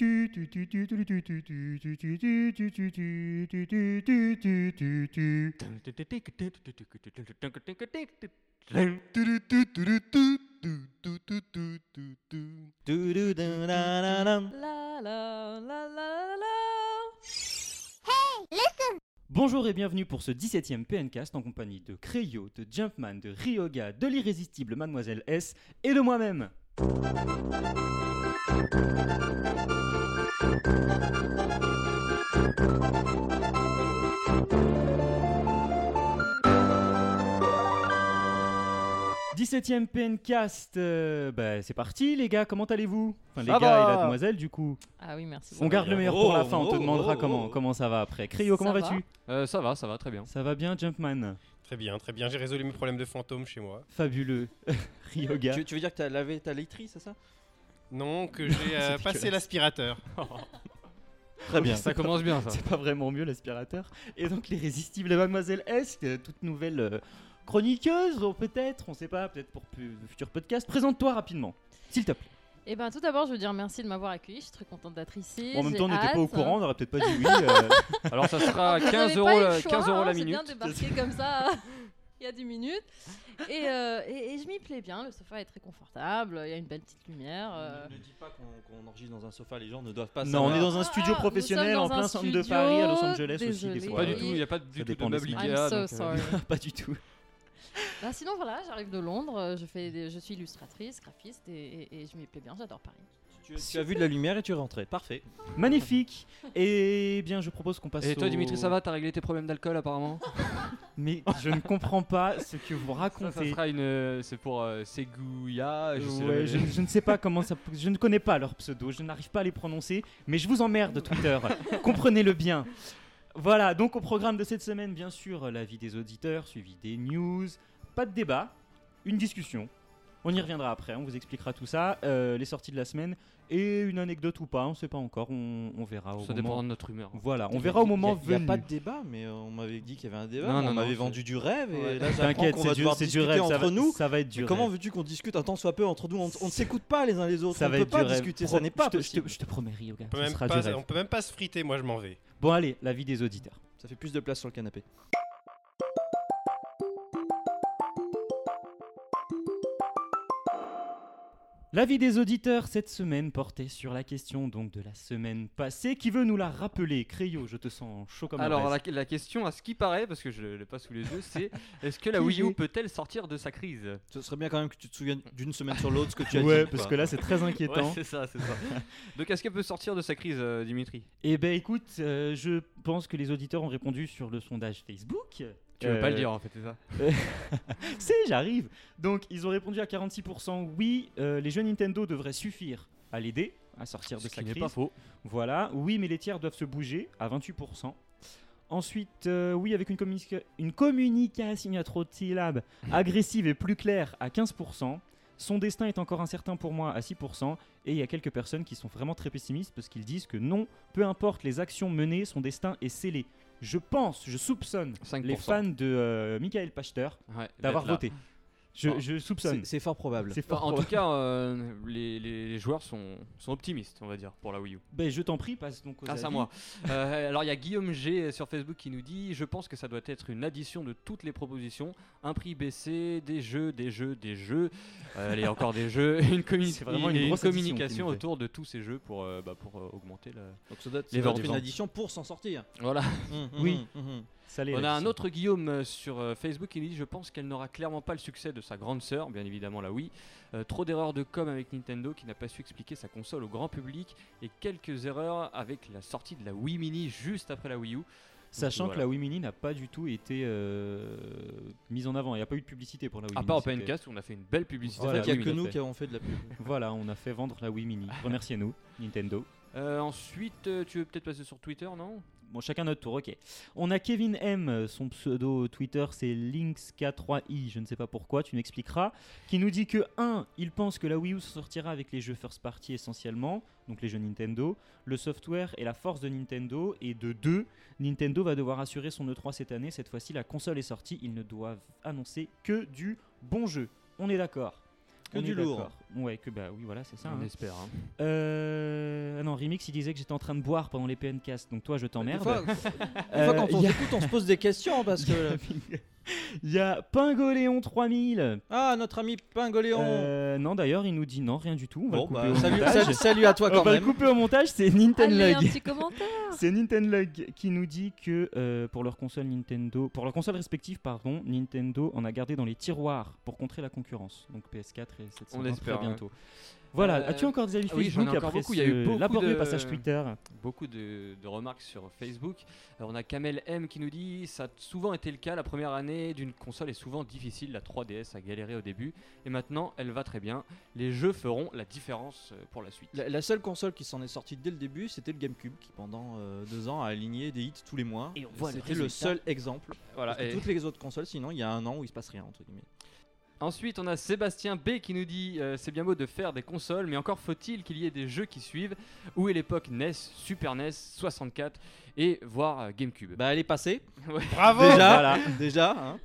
Ah, La la la la la. Bonjour et bienvenue pour ce 17ème PNcast en compagnie de Créo, de Jumpman, de Ryoga, de l'irrésistible Mademoiselle S et de moi-même. « 17ème PNcast, euh, bah, c'est parti les gars, comment allez-vous Enfin les Ça gars et la va demoiselle du coup. Ah oui, merci. On beaucoup. garde le meilleur Oh, pour la fin, on te oh, demandera oh, comment, oh. comment ça va après. Créo, comment Ça vas-tu Euh, ça va, ça va, très bien. Ça va bien Jumpman Très bien, très bien. J'ai résolu mes problèmes de fantôme chez moi. Fabuleux. Ryoga. Tu, tu veux dire que t'as lavé ta laiterie, c'est ça Non, que j'ai euh, C'est passé dégueulasse. l'aspirateur. Très bien. Ça commence bien, ça. C'est pas vraiment mieux l'aspirateur. Et donc l'irrésistible Mademoiselle S, euh, toute nouvelle euh, chroniqueuse, ou peut-être, on sait pas, peut-être pour pu- le futur podcast. Présente-toi rapidement, s'il te plaît. Eh ben, tout d'abord, je veux dire merci de m'avoir accueilli. Je suis très contente d'être ici. Bon, en même J'ai temps, on n'était hâte. pas au courant, Ah, on n'aurait peut-être pas dit oui. euh, Alors ça sera Vous avez 15 pas euros, eu le la, choix, 15 euros hein, la j'ai minute. bien débarqué comme ça hein. il y a 10 minutes. Et, euh, et- et je m'y plais bien. Le sofa est très confortable. Il y a une belle petite lumière. euh. Ne dis pas qu'on qu'on enregistre dans un sofa, les gens ne doivent pas non, on savoir. est dans un Ah, studio nous professionnel sommes dans en plein un centre de studio, Paris, à Los Angeles aussi, des désolé. fois. Pas Ouais. du tout, il n'y a pas du tout de dépend des meubles semaines. Ikea. I'm donc, so euh, sorry. Pas du tout. Bah, sinon, voilà, j'arrive de Londres. euh, Je, fais des- je suis illustratrice, graphiste et, et- et je m'y plais bien. J'adore Paris. Tu, tu as vu de la lumière et tu es rentré. Parfait. Magnifique. Et bien, je propose qu'on passe Et toi au- Dimitri, ça va T'as réglé tes problèmes d'alcool apparemment Mais je ne comprends pas ce que vous Ça, ça racontez. sera une... euh, C'est pour euh, Ah, Seguya, je sais Ouais, le- je, je ne sais pas comment ça. Je ne connais pas leurs pseudos, je n'arrive pas à les prononcer, mais je vous emmerde, Twitter. Comprenez-le bien. Voilà, donc au programme de cette semaine, bien sûr, l'avis des auditeurs, suivi des news, pas de débat, une discussion. On y reviendra après, on vous expliquera tout ça, euh, les sorties de la semaine et une anecdote ou pas, on ne sait pas encore, on, on verra au Ça moment. dépend de notre humeur. Voilà, on verra au moment Il n'y a, venu. pas de débat, mais euh, on m'avait dit qu'il y avait un débat. Non, mais non, non, on m'avait c'est- vendu du rêve. Ouais. Et là, j'apprends T'inquiète, qu'on c'est va du, devoir c'est du discuter rêve, ça entre va, nous. ça va être Mais dur. comment veux-tu qu'on discute un temps soit peu entre nous On on ne s'écoute pas les uns les autres. ça on va peut être pas du rêve. discuter, ça Pro- n'est pas je te, je te- possible. je te promets, Ryoga, On peut, ça même sera du pas, rêve. on peut même pas se friter, moi je m'en vais. Bon allez, l'avis des auditeurs. Ça fait plus de place sur le canapé. L'avis des auditeurs cette semaine portait sur la question donc de la semaine passée. Qui veut nous la rappeler Créo, je te sens chaud comme Alors la la, braise. la question à ce qui paraît, parce que je l'ai pas sous les yeux, c'est est-ce que la Qui Wii U est peut-elle sortir de sa crise Ce serait bien quand même que tu te souviennes d'une semaine sur l'autre ce que tu as ouais, dit. parce quoi. que là c'est très Ouais, inquiétant. c'est ça, c'est ça. Donc est-ce qu'elle peut sortir de sa crise, euh, Dimitri Eh ben écoute, euh, je pense que les auditeurs ont répondu sur le sondage Facebook. Tu veux pas le Euh, dire en fait, c'est ça C'est, j'arrive. Donc ils ont répondu à 46%. Oui, euh, les jeux Nintendo devraient suffire à l'aider à sortir de Ce sa qui n'est crise. pas faux. Voilà, oui, mais les tiers doivent se bouger à 28%. Ensuite, euh, oui, avec une, communica- une communication à trop de syllabes agressive et plus claire à 15%. Son destin est encore incertain pour moi à 6%. Et il y a quelques personnes qui sont vraiment très pessimistes parce qu'ils disent que non, peu importe les actions menées, son destin est scellé. Je pense, je soupçonne 5%. les fans de euh, Michael Pachter Ouais, d'avoir d'être là. voté. Je, Oh, je soupçonne. C'est c'est fort probable. C'est Enfin, fort. en tout cas, euh, les, les- les joueurs sont, sont optimistes, on va dire, pour la Wii U. Ben, je t'en prie, passe donc aux Grâce à avis. moi. Euh, alors, il y a Guillaume G sur Facebook qui nous dit Je pense que ça doit être une addition de toutes les propositions. Un prix baissé, des jeux, des jeux, des jeux. Euh, allez, encore des jeux. Une, communi- C'est vraiment une et grosse addition qu'il communication nous fait. autour de tous ces jeux pour, euh, bah, pour euh, augmenter le. Donc ça doit être Les ça doit être ventes. une addition pour s'en sortir. Voilà. Hum, hum, Oui. hum, hum. Ça l'est, On a là, un ici. autre Guillaume euh, sur euh, Facebook qui nous dit Je pense qu'elle n'aura clairement pas le succès de sa grande sœur, bien évidemment la Wii. Euh, trop d'erreurs de com avec Nintendo qui n'a pas su expliquer sa console au grand public et quelques erreurs avec la sortie de la Wii Mini juste après la Wii U. Sachant Donc, que la Wii Mini n'a pas du tout été euh, mise en avant, il n'y a pas eu de publicité pour la Wii À Mini. part c'était- OpenCast où on a fait une belle publicité. En Voilà, fait, il n'y oui, a que tout à nous fait. qui avons fait de la pub. Voilà, on a fait vendre la Wii Mini. Remerciez-nous, Nintendo. Euh, ensuite, euh, tu veux peut-être passer sur Twitter, non Bon, chacun notre tour, ok. On a Kevin M, euh, son pseudo Twitter c'est LynxK3i, je ne sais pas pourquoi, tu m'expliqueras, qui nous dit que 1. Il pense que la Wii U se sortira avec les jeux first party essentiellement, donc les jeux Nintendo, le software et la force de Nintendo, et de 2. Nintendo va devoir assurer son E3 cette année, cette fois-ci la console est sortie, ils ne doivent annoncer que du bon jeu. On est d'accord Que On du est lourd. d'accord. Ouais, que bah oui, voilà, c'est ça. on hein. espère. hein. Euh, ah non, Remix, il disait que j'étais en train de boire pendant les PNcast, donc toi, je Des t'emmerde. fois, des fois, Euh, quand il on y a- s'écoute, on se pose des questions parce que. Il y a Pingoléon 3000. Ah, notre ami Pingoléon Euh, non, d'ailleurs, il nous dit non, rien du tout. On va Bon, le couper bah, au salut, montage. salut, salut à toi On quand va le même. couper au montage, c'est Nintendo Allez, un Log. petit commentaire. C'est Nintendo Log qui nous dit que euh, pour leur console Nintendo, pour leur console respective, pardon, Nintendo en a gardé dans les tiroirs pour contrer la concurrence. Donc PS4 et 700 On espère, très hein. bientôt. Voilà, Euh, as-tu encore des avis ah oui, j'en ai Facebook encore après beaucoup, il y a eu ce beaucoup laborieux de- passage Twitter Beaucoup de, de remarques sur Facebook. Alors, on a Kamel M qui nous dit Ça a souvent été le cas, la première année d'une console est souvent difficile. La 3DS a galéré au début et maintenant elle va très bien. Les jeux feront la différence euh, pour la suite. La, la seule console qui s'en est sortie dès le début, c'était le GameCube, qui pendant euh, deux ans a aligné des hits tous les mois. Et on voit le C'était le résultat. seul exemple. Voilà, Parce que et- Toutes les autres consoles, sinon, il y a un an où il se passe rien, entre guillemets. Ensuite, on a Sébastien B qui nous dit euh, C'est bien beau de faire des consoles, mais encore faut-il qu'il y ait des jeux qui suivent. Où est l'époque NES, Super NES, 64 et voire euh, GameCube Bah, elle est passée. Oh, Bravo déjà, déjà. hein.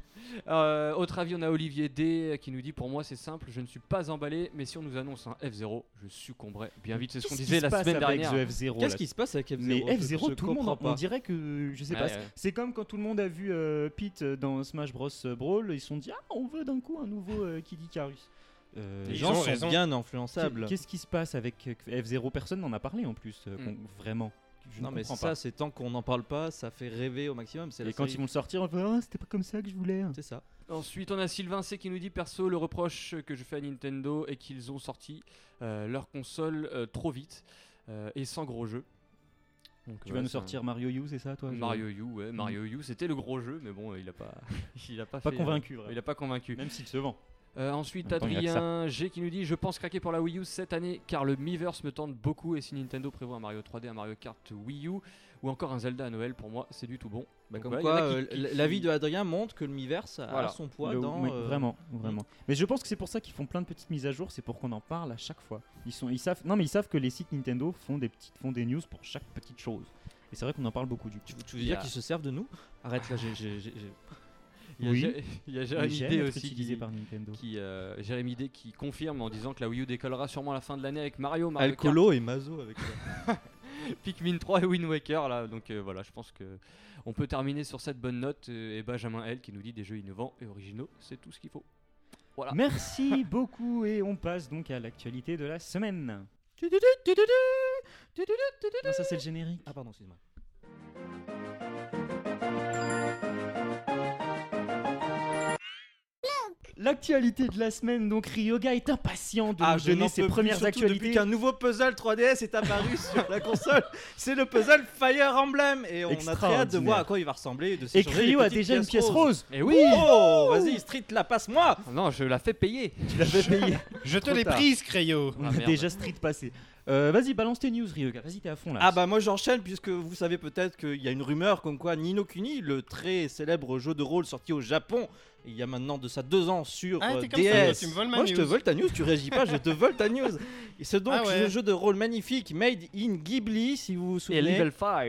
Euh, Autre avis, on a Olivier D euh, qui nous dit Pour moi, c'est simple, je ne suis pas emballé, mais si on nous annonce un F0, je succomberai bien vite. C'est ce qu'on Qu'est-ce qui disait se la passe semaine avec dernière. The F-Zero, Qu'est-ce là qui se passe avec F0 Oh, Mais Je- je F0, tout le comprends monde, pas. on dirait que je sais Ouais, pas. ouais. C'est comme quand tout le monde a vu euh, Pete dans Smash Bros Brawl, ils se sont dit ah on veut d'un coup un nouveau euh, Kid Icarus. Euh, Les Ils gens ont sont raison. bien qu'est- influençables. Qu'est-ce qui se passe avec euh, F0 Personne n'en a parlé en plus, euh, qu'on- Mm. vraiment. Je non, ne mais comprends ça, pas. c'est tant qu'on n'en parle pas, ça fait rêver au maximum. C'est la Et quand série- ils vont le sortir, on va ah c'était pas comme ça que je voulais. C'est ça. Ensuite, on a Sylvain C qui nous dit Perso, le reproche que je fais à Nintendo est qu'ils ont sorti euh, leur console euh, trop vite euh, et sans gros jeu. Donc, Tu voilà, vas nous c'est un- sortir euh, Mario U, c'est ça toi je- Mario U, ouais, Mario U, c'était le gros jeu, mais bon, euh, il a pas, il a pas, Mm. Pas fait, convaincu, euh, vraiment. il a pas convaincu. Même s'il se vend. Euh, ensuite, En même temps, il y a que ça. Adrien G qui nous dit Je pense craquer pour la Wii U cette année car le Miiverse me tente beaucoup. Et si Nintendo prévoit un Mario 3D, un Mario Kart Wii U ou encore un Zelda à Noël, pour moi, c'est du tout bon. Bah, Donc voilà, comme il y quoi, en a euh, qui- l- qui- l'avis de Adrien montre que le Miiverse a Voilà. son poids Le- dans. oui, euh, Vraiment, vraiment. Mais je pense que c'est pour ça qu'ils font plein de petites mises à jour, c'est pour qu'on en parle à chaque fois. Ils sont, ils savent, non mais ils savent que les sites Nintendo font des petites, font des news pour chaque petite chose. Et c'est vrai qu'on en parle beaucoup du coup. Tu, tu veux Il y dire a- qu'ils se servent de nous Arrête là, j'ai- j'ai- j'ai- j'ai- Il y a Oui. Jé- il y a Les Jérémy gènes D être aussi utilisés qui, par Nintendo. qui, euh, Jérémy D qui confirme en disant que la Wii U décollera sûrement à la fin de l'année avec Mario, Mario Kart Alcolo et Mazo avec. Pikmin 3 et Wind Waker là donc euh, voilà je pense que on peut terminer sur cette bonne note euh, et Benjamin L qui nous dit des jeux innovants et originaux c'est tout ce qu'il faut voilà. Merci beaucoup et on passe donc à l'actualité de la semaine. Non, ça c'est le générique. Ah pardon, excuse-moi. L'actualité de la semaine, donc Ryoga est impatient Ah, de nous Ah, je n'en donner ses peux plus, premières surtout Depuis actualités. qu'un nouveau puzzle 3DS est apparu sur la console, c'est le puzzle Fire Emblem et on a très hâte de Extraordinaire. voir à quoi il va ressembler et de Et s'échanger les Cryo a petites déjà une pièces pièce roses. rose. et oui Oh, vas-y, Street, la passe-moi. non je la fais payer Tu l'avais payé. Je te Trop l'ai tard. prise, Crayo On Ah, a merde. déjà street passé. Euh, vas-y, balance tes news, Ryoga. Vas-y, t'es à fond là. Ah bah moi j'enchaîne puisque vous savez peut-être qu'il y a une rumeur comme quoi Nino Kuni, le très célèbre jeu de rôle sorti au Japon il y a maintenant de ça deux ans sur Ah, euh, t'es comme ça, DS. toi, tu me voles ma moi je te news. vole ta news, tu réagis pas, je te vole ta news. Et c'est donc Ah ouais. ce jeu de rôle magnifique made in Ghibli si vous vous et souvenez. level 5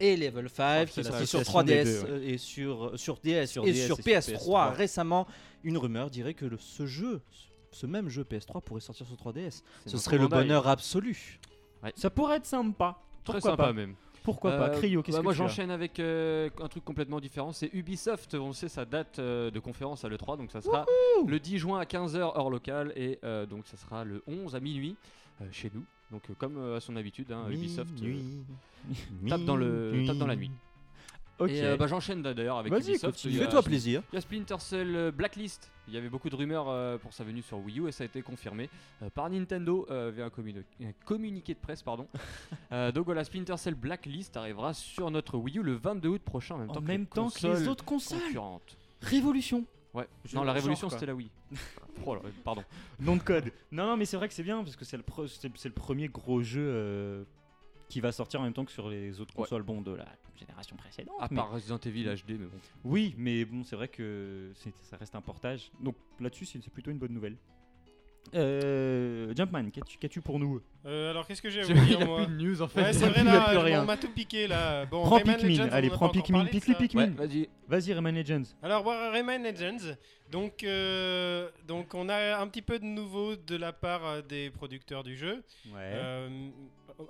et Level 5 qui Ah, c'est est la sorti association sur des 3DS deux, ouais. euh, et sur, sur DS Sur et DS sur et sur PS3 PS3. récemment. Une rumeur dirait que le- ce jeu, ce même jeu PS3 pourrait sortir sur 3DS. Ce serait le bonheur absolu. Ça pourrait être sympa. très Pourquoi sympa pas même Pourquoi pas Euh, Cryo, qu'est-ce bah, que moi tu as j'enchaîne avec euh, un truc complètement différent c'est Ubisoft on sait sa date euh, de conférence à l'E3 donc ça sera le 10 juin à 15h heure locale et euh, donc ça sera le 11 à minuit euh, chez nous donc euh, comme euh, à son habitude Ah, hein, Ubisoft euh, Minuit. tape dans le- Minuit. tape dans la nuit. Ok. Et euh, bah, j'enchaîne d'ailleurs avec Vas-y, Ubisoft. euh, continue. Il y a- Fais-toi plaisir. Il y a Splinter Cell euh, Blacklist. Il y avait beaucoup de rumeurs euh, pour sa venue sur Wii U et ça a été confirmé euh, par Nintendo euh, via un, communi- un communiqué de presse. pardon. Euh, donc voilà, Splinter Cell Blacklist arrivera sur notre Wii U le 22 août prochain en même temps, en que, même les temps que les consoles autres consoles. concurrentes. Révolution. Ouais. Je- Non, la genre, révolution quoi. c'était la Wii. Oh là, pardon. Nom de code. Non, non, mais c'est vrai que c'est bien parce que c'est le, pre- c'est c'est le premier gros jeu euh, qui va sortir en même temps que sur les autres Ouais. consoles bon, de la génération précédente. À mais- part Resident Evil HD, mais bon. Oui, mais bon, c'est vrai que c'est- ça reste un portage. Donc là-dessus, c'est c'est plutôt une bonne nouvelle. Euh, Jumpman, qu'as-tu qu'as-tu pour nous Euh, alors qu'est-ce que j'ai à vous Il n'y dire a moi plus de news en fait. Ouais, c'est Il vrai y a là, plus je- rien. on m'a tout piqué là. Bon, Prends Rayman Pikmin, Legends, on allez, en a prends pas encore Pikmin, parlé, pique les ça. Ouais, Pikmin. vas-y. Vas-y, Rayman Legends. Alors, War Rayman Legends. Donc, euh, donc, on a un petit peu de nouveau de la part euh, des producteurs du jeu. Euh,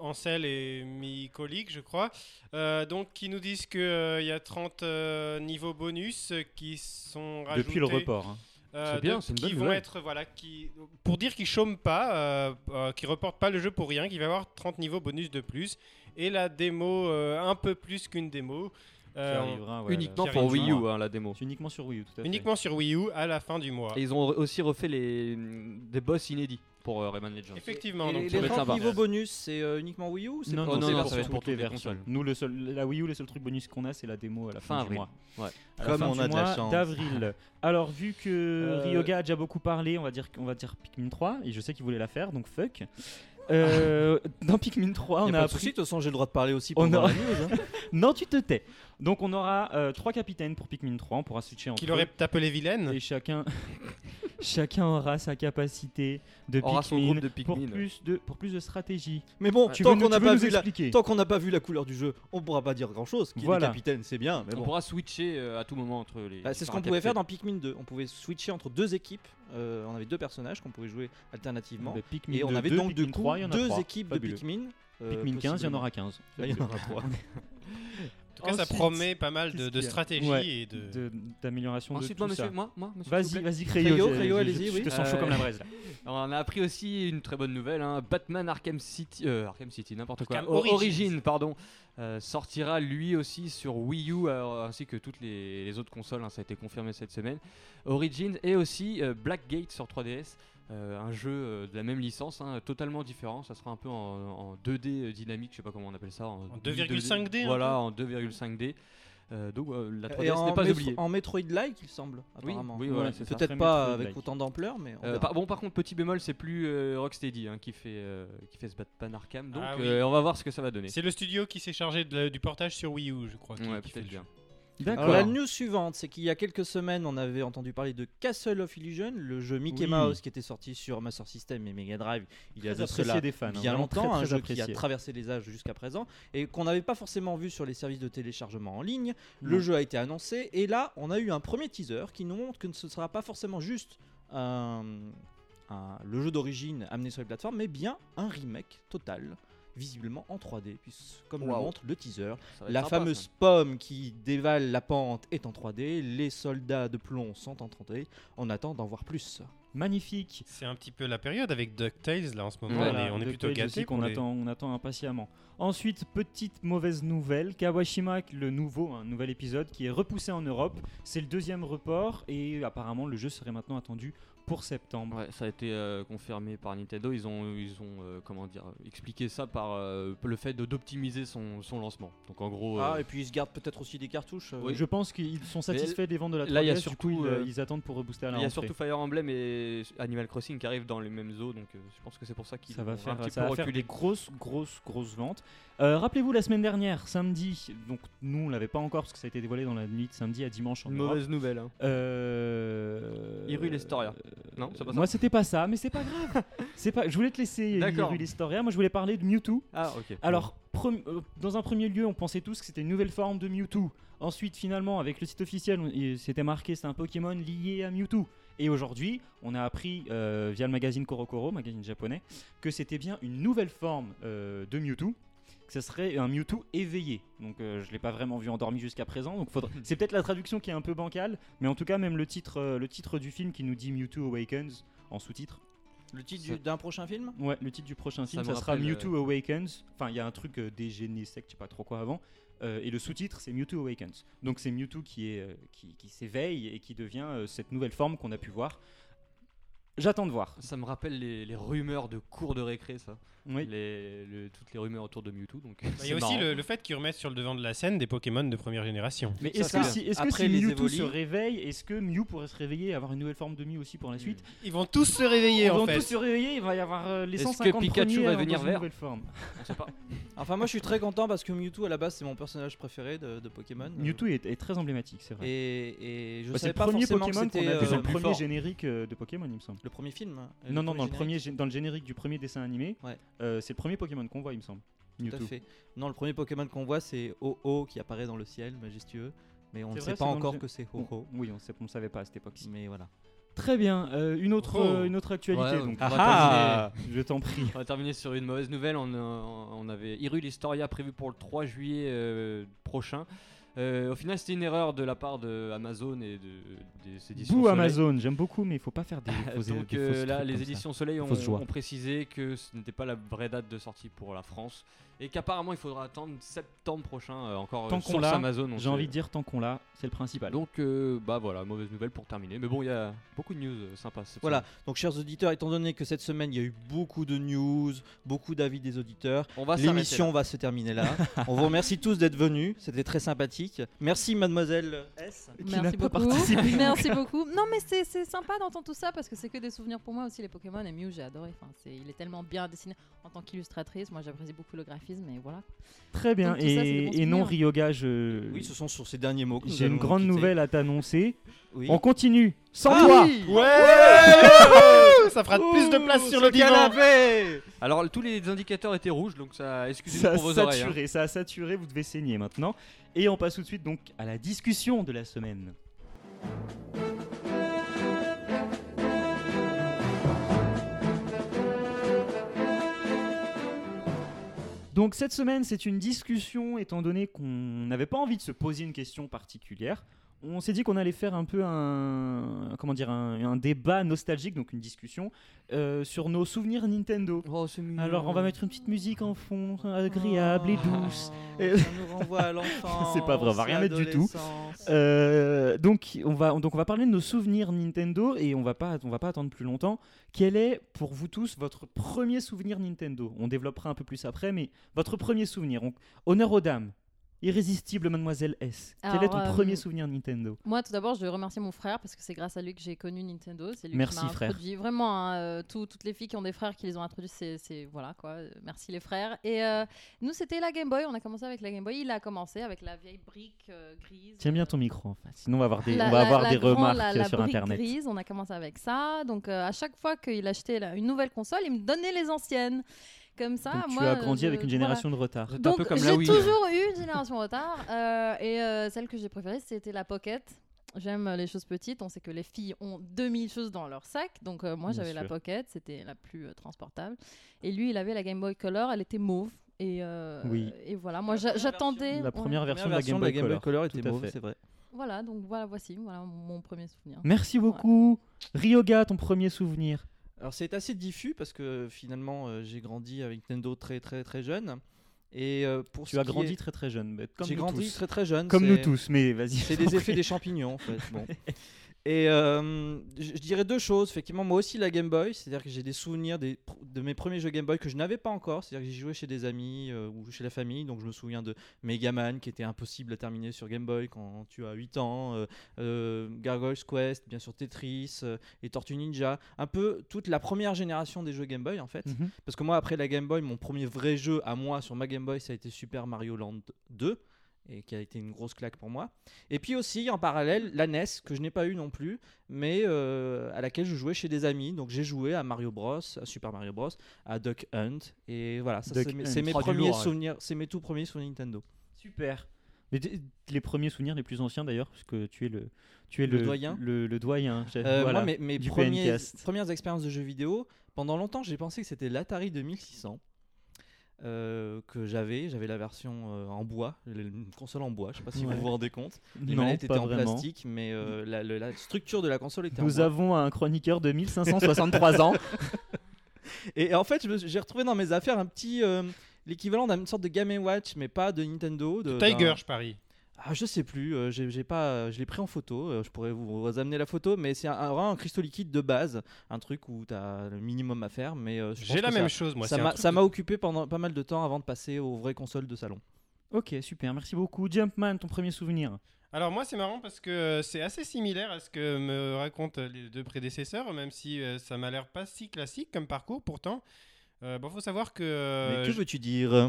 Ansel et Mikolik, je crois. Euh, donc, qui nous disent qu'il y a 30 euh, niveaux bonus euh, qui sont rajoutés. Depuis le report. hein. euh, C'est bien, de- c'est une qui bonne vont nouvelle. être, voilà, qui, pour dire qu'ils chôment pas, euh, euh, qu'ils reportent pas le jeu pour rien, qu'il va y avoir 30 niveaux bonus de plus. Et la démo, euh, un peu plus qu'une démo. euh, Qui arrivera, ouais, Uniquement là, pour carrément. Wii U, hein, la démo. là. C'est uniquement sur Wii U, tout à fait. uniquement sur Wii U à la fin du mois. Et ils ont re- aussi refait les... mm, des boss inédits pour euh, Rayman Legends. Effectivement, donc Et ça les va être 30 sympa. niveaux bonus, c'est euh, uniquement Wii U ou c'est Non, pour non, toutes les non, ça versions va être pour toutes les les versions. consoles. Nous, le seul, la Wii U, les seuls trucs bonus qu'on a, c'est la démo à la fin, Fin du avril. mois. Ouais. À la Comme fin on du a de la mois chance. D'avril. Alors, vu que Euh, Ryoga a déjà beaucoup parlé, on va dire, on va dire Pikmin 3, et je sais qu'il voulait la faire, donc fuck. Euh, dans Pikmin 3, Y on a pas de appris. souci, de toute façon, j'ai le droit de parler aussi On pendant a- la news. hein. Non, tu te tais. Donc, on aura euh, trois capitaines pour Pikmin 3. On pourra switcher entre Qu'il aurait tapé les vilaines. eux, Et chacun, chacun aura sa capacité de Aura son Pikmin, groupe de pour, Pikmin. plus de, pour plus de stratégie. Mais bon, tu tant veux nous- qu'on tu n'a veux pas nous vu la... expliquer Tant qu'on n'a pas vu la couleur du jeu, on pourra pas dire grand chose. Qui Voilà. est capitaine, c'est bien. Mais On bon. pourra switcher euh, à tout moment entre les. Bah, c'est ce différents qu'on pouvait faire capitaines. dans Pikmin 2. On pouvait switcher entre deux équipes. euh, on avait deux personnages qu'on pouvait jouer alternativement. Bah, Pikmin Et on de avait deux, donc de Pikmin coup 3, il y en a deux trois. équipes Fabuleux. de Pikmin. euh, Pikmin 15, il y en possiblement. aura 15. Ah, il y en aura trois. En tout cas, ça Ensuite, promet pas mal de, qu'est-ce de qu'il y a stratégie Ouais, et de. de- d'amélioration de Ensuite, tout moi, monsieur, ça. moi, moi, monsieur. s'il Vas-y, vous plaît. vas-y, Crayo. Crayo, je- Crayo, je- allez-y, Je te oui. sens chaud Euh, comme la braise. là. Alors, on a appris aussi une très bonne nouvelle hein, Batman Arkham City, euh, Arkham City, n'importe quoi. Arkham O- Origins. Origins, pardon, euh, sortira lui aussi sur Wii U euh, ainsi que toutes les, les autres consoles. hein, ça a été confirmé cette semaine. Origins et aussi euh, Blackgate sur 3DS. euh, un jeu euh, de la même licence, hein, totalement différent. Ça sera un peu en, en 2D dynamique, je sais pas comment on appelle ça. En, 2,5D, un peu. Voilà, en 2,5D. Euh, donc euh, la Et 3DS en, n'est pas métro- oubliée. en Metroid-like, il semble, Oui, apparemment. oui, voilà, Ouais, c'est ça. Peut-être Très pas Metroid-like. avec autant d'ampleur, mais. on Euh, verra. par, bon, par contre, petit bémol, c'est plus euh, Rocksteady hein, qui, fait, euh, qui fait ce Batman Arkham. Donc, Ah oui. euh, on va voir ce que ça va donner. C'est le studio qui s'est chargé de la- du portage sur Wii U, je crois. qui- Ouais, qui fait peut-être le jeu. bien. Alors, la D'accord. news suivante, c'est qu'il y a quelques semaines, on avait entendu parler de Castle of Illusion, le jeu Mickey Oui. Mouse qui était sorti sur Master System et Mega Drive il y a Très de cela apprécié des fans. hein, bien vraiment longtemps, très, un très jeu qui a apprécié. traversé les âges jusqu'à présent et qu'on n'avait pas forcément vu sur les services de téléchargement en ligne. Le Non. jeu a été annoncé et là, on a eu un premier teaser qui nous montre que ce ne sera pas forcément juste un- un- le jeu d'origine amené sur les plateformes, mais bien un remake total, visiblement en 3D, puisque, comme le Waouh. montre le teaser. Ça va être La sympa, fameuse ça. pomme qui dévale la pente est en 3D, les soldats de plomb sont en 3D, on attend d'en voir plus. Magnifique. C'est un petit peu la période avec DuckTales là en ce moment. Ouais, on est- Voilà, on est DuckTales plutôt aussi gâtés. qu'on pour les- attend, on attend impatiemment. Ensuite, petite mauvaise nouvelle, Kawashima, le nouveau, un nouvel épisode qui est repoussé en Europe. C'est le deuxième report et apparemment le jeu serait maintenant attendu pour septembre. Ouais, ça a été euh, confirmé par Nintendo. Ils ont, ils ont euh, comment dire, expliqué ça par euh, le fait de- d'optimiser son, son lancement. Donc en gros, euh, Ah, et puis ils se gardent peut-être aussi des cartouches. euh, Oui. Je pense qu'ils sont satisfaits des ventes de la 3DS. là, il y a du coup, surtout, ils, euh, ils attendent pour rebooster à la il y a rentrée. surtout Fire Emblem et Animal Crossing qui arrivent dans les mêmes eaux. Donc euh, je pense que c'est pour ça qu'ils Ça va ont un faire, petit ça peu va faire reculé. des grosses, grosses, grosses ventes. Euh, Rappelez-vous la semaine dernière, samedi, donc nous on l'avait pas encore parce que ça a été dévoilé dans la nuit de samedi à dimanche en Une Europe. mauvaise nouvelle. hein. Euh... Hyrule Historia. Non, c'est pas ça Moi c'était pas ça, mais c'est pas grave. c'est pas. Je voulais te laisser D'accord. Hyrule Historia. Moi je voulais parler de Mewtwo. Ah ok. Alors, premi- euh, dans un premier lieu, on pensait tous que c'était une nouvelle forme de Mewtwo. Ensuite, finalement, avec le site officiel, on- il- c'était marqué c'est un Pokémon lié à Mewtwo. Et aujourd'hui, on a appris euh, via le magazine Korokoro, magazine japonais, que c'était bien une nouvelle forme euh, de Mewtwo. Que ce serait un Mewtwo éveillé. Donc, euh, je l'ai pas vraiment vu endormi jusqu'à présent. Donc, faudra- c'est peut-être la traduction qui est un peu bancale, mais en tout cas, même le titre, euh, le titre du film qui nous dit Mewtwo Awakens en sous-titre. Le titre Ça- du- d'un prochain film Ouais, le titre du prochain film, me ça, sera rappelle, euh, Mewtwo Awakens. Enfin, il y a un truc euh, dégéné sec, je sais pas trop quoi avant. Euh, et le sous-titre, c'est Mewtwo Awakens. Donc c'est Mewtwo qui est euh, qui, qui s'éveille et qui devient euh, cette nouvelle forme qu'on a pu voir. J'attends de voir. Ça me rappelle les, les rumeurs de cours de récré, ça. Oui. les- le- toutes les rumeurs autour de Mewtwo. Donc Bah, Il y a c'est aussi marrant. le, le fait qu'ils remettent sur le devant de la scène des Pokémon de première génération. Mais Ça, est-ce c'est que bien. si, est-ce que Après, si les Mewtwo Evoli- se réveille, est-ce que Mew pourrait se réveiller et avoir une nouvelle forme de Mew aussi pour la suite Ils vont tous se réveiller Ils en vont fait. tous se réveiller, il va y avoir euh, les Est-ce que 150 Pikachu premiers va dans devenir une vert nouvelle forme. On sait pas. Enfin, moi, je suis très content parce que Mewtwo, à la base, c'est mon personnage préféré de, de Pokémon. Euh, Mewtwo est, est très emblématique, c'est vrai. Et, et je Bah, c'est savais le pas premier forcément Pokémon que c'était qu'on a vu euh, dans le le plus premier fort. générique euh, de Pokémon, il me semble. le premier film. hein, Non, non, dans le, générique. premier, gé- dans le générique du premier dessin animé, Ouais. euh, c'est le premier Pokémon qu'on voit, il me semble. Tout à Mewtwo. fait. Non, le premier Pokémon qu'on voit, c'est Ho-Oh qui apparaît dans le ciel, majestueux. Mais on C'est ne vrai, sait c'est pas dans le encore jeu. que c'est Oh, Ho-Oh. Oui, on sait- on ne savait pas à cette époque. Mais voilà. Très bien, euh, une, autre, Oh. euh, une autre actualité. Ouais, donc. on va Ah Je t'en prie. On va terminer sur une mauvaise nouvelle. On, a- on avait Hyrule Historia prévu pour le 3 juillet euh, prochain. Euh, au final, c'était une erreur de la part de Amazon et de, des éditions. Bou Soleil. Amazon, j'aime beaucoup, mais il faut pas faire des, fausses- Donc des euh, fausses là, trucs les comme ça. éditions Soleil ont, Fausse joie. ont précisé que ce n'était pas la vraie date de sortie pour la France et qu'apparemment il faudra attendre septembre prochain euh, encore Tant euh, qu'on sur l'a, Amazon. on J'ai sait. envie de dire tant qu'on l'a, c'est le principal. euh, Donc euh, bah voilà, mauvaise nouvelle pour terminer. Mais bon, il y a beaucoup de news euh, sympas. cette Voilà, donc chers auditeurs, étant donné que cette semaine il y a eu beaucoup de news, beaucoup d'avis des auditeurs, semaine. On va s'arrêter l'émission là. va se terminer là. On vous remercie tous d'être venus, c'était très sympathique. Merci mademoiselle S. Qui n'a Merci pas beaucoup. participé. Merci beaucoup. Non, mais c'est- c'est sympa d'entendre tout ça parce que c'est que des souvenirs pour moi aussi. Les Pokémon et Mew, j'ai adoré. Enfin, c'est- il est tellement bien dessiné en tant qu'illustratrice. Moi, j'apprécie beaucoup le graphisme, mais voilà. Très bien. Donc, tout ça, c'est des et, bons et non, souvenirs. Ryoga, je- Oui, ce sont sur ces derniers mots que nous j'ai une allons grande quitter. nouvelle à t'annoncer. Oui. On continue sans Ah toi. oui Ouais Ça fera plus de place sur le divan. Alors tous les indicateurs étaient rouges, donc ça excusez-nous Ça a pour vos oreilles. hein. saturé, ça a saturé, vous devez saigner maintenant. Et on passe tout de suite donc à la discussion de la semaine. Donc cette semaine, c'est une discussion étant donné qu'on n'avait pas envie de se poser une question particulière. On s'est dit qu'on allait faire un peu un comment dire un, un débat nostalgique, donc une discussion euh, sur nos souvenirs Nintendo. Oh, c'est mignon. Alors on va mettre une petite musique en fond, agréable et douce. Et- Ah. Ça nous renvoie à l'enfance. C'est pas vrai, on va rien mettre du tout. l'adolescence. Euh, donc on va donc on va parler de nos souvenirs Nintendo et on va pas on va pas attendre plus longtemps. Quel est pour vous tous votre premier souvenir Nintendo On développera un peu plus après, mais votre premier souvenir. On- Honneur aux dames. Irrésistible Mademoiselle S. Quel est ton Alors, euh, premier souvenir Nintendo Moi, tout d'abord, je veux remercier mon frère parce que c'est grâce à lui que j'ai connu Nintendo. C'est lui Merci, qui m'a frère. introduit vraiment hein, euh, tout- toutes les filles qui ont des frères qui les ont introduits. C'est, c'est- voilà quoi. euh, Merci les frères. Et euh, nous, c'était la Game Boy. On a commencé avec la Game Boy. Il a commencé avec la vieille brique euh, grise. Tiens bien ton micro, en fait, sinon on va avoir des, La- on va la- avoir la des grande- remarques la- la sur brique internet. grise, on a commencé avec ça. Donc euh, à chaque fois qu'il achetait là, une nouvelle console, il me donnait les anciennes. Comme ça, Donc, moi, tu as grandi je- avec une voilà. génération de retard. Vous êtes un Donc peu comme la j'ai Wii. toujours eu une génération en retard euh, et euh, celle que j'ai préférée c'était la pocket. J'aime euh, les choses petites, on sait que les filles ont 2000 choses dans leur sac, donc euh, moi Bien j'avais la sûr. pocket, c'était la plus euh, transportable. Et lui il avait la Game Boy Color, elle était mauve. Et, euh, Oui. et voilà, moi La j'a- première j'attendais. La ouais. première version, version de la Game Boy Color. était Tout à mauve, fait. c'est vrai. Voilà, donc voilà, voici voilà mon premier Hein. souvenir. Merci beaucoup. Ryoga, ton premier souvenir. Alors c'est assez diffus parce que finalement euh, j'ai grandi avec Nintendo très très très jeune et euh, pour Tu ce as qui est- grandi très très jeune, mais comme j'ai nous grandi tous. très très jeune Comme c'est- nous tous, mais vas-y. c'est je t'en des effets prie. des champignons en fait bon et euh, je je dirais deux choses effectivement moi aussi la Game Boy c'est à dire que j'ai des souvenirs des, pr- de mes premiers jeux Game Boy que je n'avais pas encore c'est à dire que j'ai joué chez des amis euh, ou chez la famille donc je me souviens de Mega Man qui était impossible à terminer sur Game Boy quand tu as 8 ans euh, euh, Gargoyle's Quest bien sûr Tetris euh, et Tortue Ninja un peu toute la première génération des jeux Game Boy en fait Mhm. parce que moi, après la Game Boy, mon premier vrai jeu à moi sur ma Game Boy, ça a été Super Mario Land 2, et qui a été une grosse claque pour moi. Et puis aussi, en parallèle, la NES, que je n'ai pas eu non plus, mais euh, à laquelle je jouais chez des amis. Donc j'ai joué à Mario Bros, à Super Mario Bros, à Duck Hunt, et voilà, ça, Duck c'est mes- Hunt. c'est mes Oh, du premiers lourd, ouais. souvenirs, c'est mes tout premiers souvenirs Nintendo. Super. Mais t- les premiers souvenirs les plus anciens d'ailleurs, parce que tu es le, tu es Le le, doyen. Le, le doyen. j'ai- Euh, voilà. Moi, mes, mes du premiers- PNcast. premières expériences de jeux vidéo, pendant longtemps, j'ai pensé que c'était l'Atari 2600 euh, que j'avais. J'avais la version euh, en bois, une console en bois. Je sais pas si Ouais. vous vous rendez compte. Les non, manettes pas étaient en vraiment. plastique, mais euh, la, le- la structure de la console était en Nous bois. avons un chroniqueur de 1563 ans. Et en fait, je me suis- j'ai retrouvé dans mes affaires un petit. euh, L'équivalent d'une sorte de Game Watch, mais pas de Nintendo. de- Tiger, d'un- je parie. Ah, je sais plus, euh, j'ai, j'ai pas, euh, je l'ai pris en photo, euh, je pourrais vous, vous amener la photo, mais c'est un, un- vraiment un cristaux liquide de base, un truc où tu as le minimum à faire, mais euh, je pense J'ai la que même ça, chose, moi. ça c'est un m'a, truc ça de- m'a occupé pendant pas mal de temps avant de passer aux vraies consoles de salon. Ok, super, merci beaucoup. Jumpman, ton premier souvenir Alors moi c'est marrant parce que euh, c'est assez similaire à ce que me racontent euh, les deux prédécesseurs, même si euh, ça m'a l'air pas si classique comme parcours pourtant. Euh, bon, faut savoir que euh, mais que veux-tu dire euh,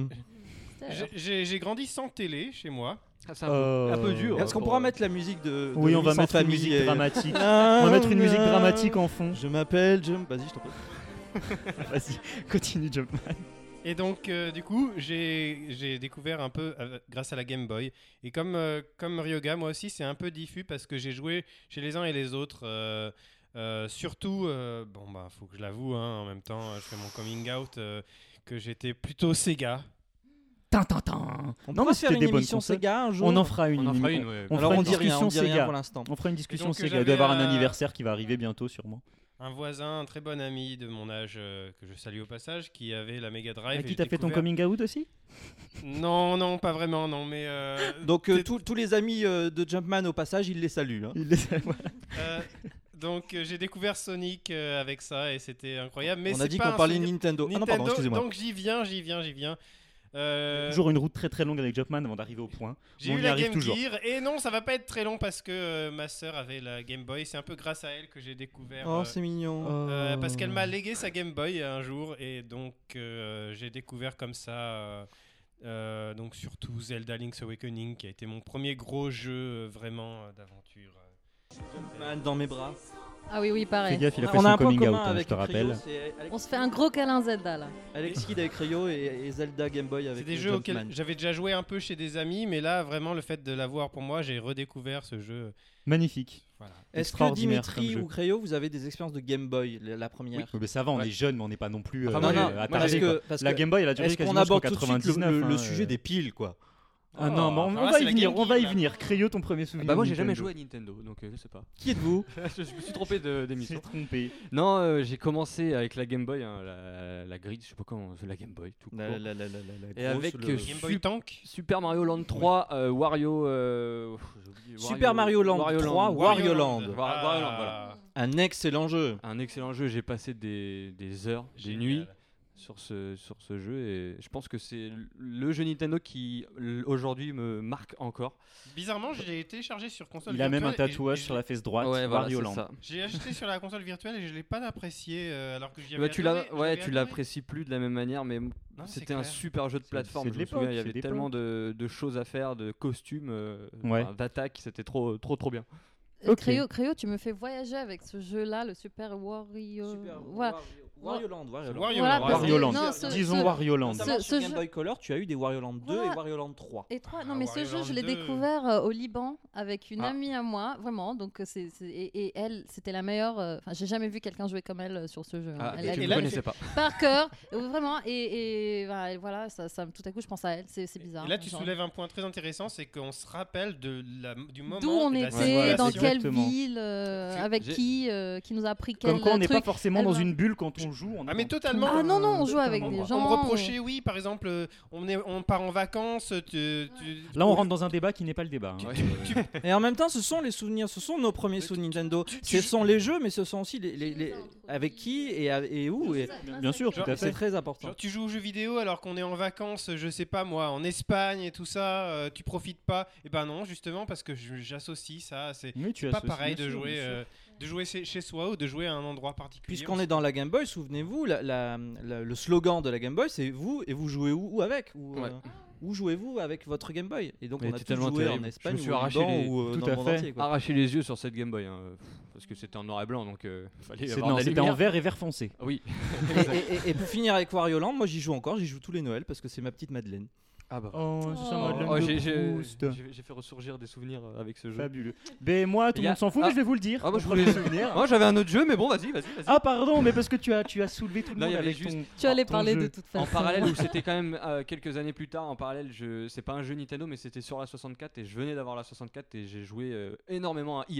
j'ai- j'ai j'ai grandi sans télé chez moi. Ah, c'est un, Euh, peu- un peu dur. Est-ce qu'on pour- pourra mettre la musique de, Euh, de hein, Oui, on Louis va sans mettre une famille, musique euh, dramatique. Ah, on va mettre une musique ah, dramatique en fond. Je m'appelle Jim, vas-y, je t'en prie. Vas-y, continue Jumpman. Et donc euh, du coup j'ai j'ai découvert un peu euh, grâce à la Game Boy. Et comme, euh, comme Ryoga, moi aussi c'est un peu diffus parce que j'ai joué chez les uns et les autres. euh, euh, surtout, euh, bon bah faut que je l'avoue, hein, en même temps euh, je fais mon coming out euh, que j'étais plutôt Sega. Tintintin. On Non, mais pourra faire c'était une des bonnes émission consoles. Sega un jour. On en fera On une. en fera une, on- ouais. On Alors fera on une dit rien, on discussion dit rien Sega. pour l'instant. On fera une discussion donc, euh, Sega. Il doit y avoir un j'avais, euh, anniversaire qui va arriver bientôt, sûrement. un voisin, un très bon ami de mon âge, euh, que je salue au passage, qui avait la Mega Drive. Et et qui j'ai t'a fait ton découvert- coming out aussi Non, non, pas vraiment, non, mais. euh, Donc euh, t'es- tous- tous les amis euh, de Jumpman au passage, ils les saluent. hein. Il les- ouais. euh, donc euh, j'ai découvert Sonic euh, avec ça et c'était incroyable. Mais on a c'est dit pas qu'on un parlait souvenir- Nintendo. Ah non, pardon, excusez-moi. donc j'y viens, j'y viens, j'y viens. Euh, Toujours une route très très longue avec Jumpman avant d'arriver au point. J'ai on eu y la arrive Game toujours. Gear et non, ça va pas être très long parce que euh, ma sœur avait la Game Boy. C'est un peu grâce à elle que j'ai découvert. Oh, euh, c'est mignon. euh, parce qu'elle m'a légué sa Game Boy euh, un jour et donc euh, j'ai découvert comme ça euh, euh, donc surtout Zelda Link's Awakening qui a été mon premier gros jeu euh, vraiment euh, d'aventure. Man dans mes bras. Ah oui, oui, Fais pareil. gaffe, il a fait on a son un point coming out, commun hein, je avec te rappelle. Cryo, c'est Alex- On se fait un gros câlin Zelda là. Alex Kidd avec Cryo et, et Zelda Game Boy C'est avec des le jeux auxquels Jumpman. j'avais déjà joué un peu chez des amis, mais là vraiment le fait de l'avoir pour moi, j'ai redécouvert ce jeu. Magnifique. Voilà. Est-ce que extraordinaire comme Dimitri jeu. ou Cryo, vous avez des expériences de Game Boy, la, la première Mais ça va, on Ouais. est jeune, mais on n'est pas non plus euh, Enfin, Non, moi, j'ai- non, attardé, moi, parce j'ai- quoi. que, parce La que- Game Boy, elle a duré est-ce qu'on quasiment jusqu'en aborde tout de suite 99. le, le- le hein, sujet euh. des piles, quoi Ah non, mais on, alors on là, va c'est y la venir, Game on va y Gear, là. venir. Crayo, ton premier souvenir. Bah moi j'ai jamais joué Nintendo. à Nintendo, donc euh, je sais pas. Qui êtes-vous je me suis trompé de- Il s'est d'émission. trompé. Non, euh, j'ai commencé avec la Game Boy, hein, la, la grid, je sais pas comment, la Game Boy, tout court. Et avec euh, Game Boy Sup- Tank. Super Mario Land 3, euh, Wario, euh, pff, j'ai oublié, Super Mario Land 3, Land. Wario Land. War- Wario Land, Ah. voilà. Ah, Un excellent jeu. Un excellent jeu, j'ai passé des, des heures, Génial. des nuits sur ce, sur ce jeu et je pense que c'est le jeu Nintendo qui l- aujourd'hui me marque encore. Bizarrement, j'ai téléchargé sur console. Il a même un virtuelle et- tatouage et je sur la face droite, voilà, Wario c'est Land. ça. J'ai acheté sur la console virtuelle et je l'ai pas apprécié euh, alors que j'y avais Bah, tu adoré, l'as, ouais, j'avais tu adoré. l'apprécies plus de la même manière, mais m- Non, c'est c'était un clair. super jeu de C'est- plateforme. c'est de je me souviens, l'époque, il y c'est avait de tellement de, de choses à faire, de costumes, euh, Ouais. enfin, d'attaques, c'était trop, trop, trop bien. Euh, Ok. Créo, Créo, tu me fais voyager avec ce jeu-là, le Super Wario. voilà. Wario Land, Wario Land. Wario Voilà, Land. parce que- Wario Land. non, ce- Disons ce- Wario Land. Notamment Ce- sur ce Game jeu- Boy Color, tu as eu des Wario Land 2 Voilà. et Wario Land 3. Et trois, Ah, non mais ce Wario jeu, je Land l'ai 2. découvert euh, au Liban avec une Ah. amie à moi, vraiment. Donc euh, c'est c'est- et, et elle, c'était la meilleure. euh, Enfin, j'ai jamais vu quelqu'un jouer comme elle euh, sur ce jeu. hein. Ah, elle que elle tu et ne le là, connaissais pas. connaît par cœur, euh, vraiment. Et, et, bah, et voilà, ça, ça- tout à coup, je pense à elle. C'est c'est bizarre. hein, Et là, tu genre. soulèves un point très intéressant, c'est qu'on se rappelle de la, du moment. D'où on de la était, situation. dans quelle Exactement. ville, euh, J'ai- avec j'ai- qui, euh, qui nous a appris quel Comme quoi, on n'est truc. pas forcément elle dans va- une bulle quand on joue. on est Ah mais dans- totalement. Ah non, non, on joue Euh, avec totalement, des quoi. gens. On me reprochait, oui, par exemple, euh, on, est, on part en vacances, tu, tu- Là, on rentre dans un débat qui n'est pas le débat. hein. Ouais. Et en même temps, ce sont les souvenirs, ce sont nos premiers souvenirs Nintendo. Ce sont les jeux, mais ce sont aussi les, les- les- avec qui et, à- et où. Et, Bien sûr, tout Genre, à c'est fait. très important. Genre, tu joues aux jeux vidéo alors qu'on est en vacances, je sais pas moi, en Espagne et tout ça, euh, tu profites pas. Et ben non, justement, parce que je- j'associe ça, c'est Oui, tu as pas ce- pareil bien de sûr, jouer, bien sûr. euh, de jouer chez chez soi ou de jouer à un endroit particulier. Puisqu'on est dans la Game Boy, souvenez-vous, la- la- la- le slogan de la Game Boy, c'est vous et vous jouez où, ou avec ou, Ouais. euh, où jouez-vous avec votre Game Boy Et donc Mais on a c'est tous tellement joué terrible. en Je Espagne me suis ou au arraché Liban les- ou euh, tout dans à le monde fait. entier, quoi. Arracher les yeux sur cette Game Boy, hein, euh, parce que c'était en noir et blanc, donc euh, fallait C'est- avoir non, de la C'était en lumière. vert et vert foncé. Ah Oui. Et, et- et- et pour finir avec Wario Land, moi j'y joue encore, j'y joue tous les Noëls parce que c'est ma petite Madeleine. Ah bah. Oh, ça m'a Oh, j'ai- j'ai j'ai- j'ai fait ressurgir des souvenirs euh, avec ce jeu. Fabuleux. Ben moi, tout Il y le a- monde s'en fout, Ah. mais je vais vous le dire. Ah, moi, je Pour voulais- les souvenirs. Moi j'avais un autre jeu, mais bon, vas-y, vas-y, vas-y. Ah pardon, mais parce que tu as, tu as soulevé tout le Non, il monde y avait avec juste- ton. Tu allais Ton parler jeu. de toute façon. En parallèle, où c'était quand même euh, quelques années plus tard, en parallèle, je... c'est pas un jeu Nintendo, mais c'était sur la 64 et je venais d'avoir la 64 et j'ai joué euh, énormément à ISS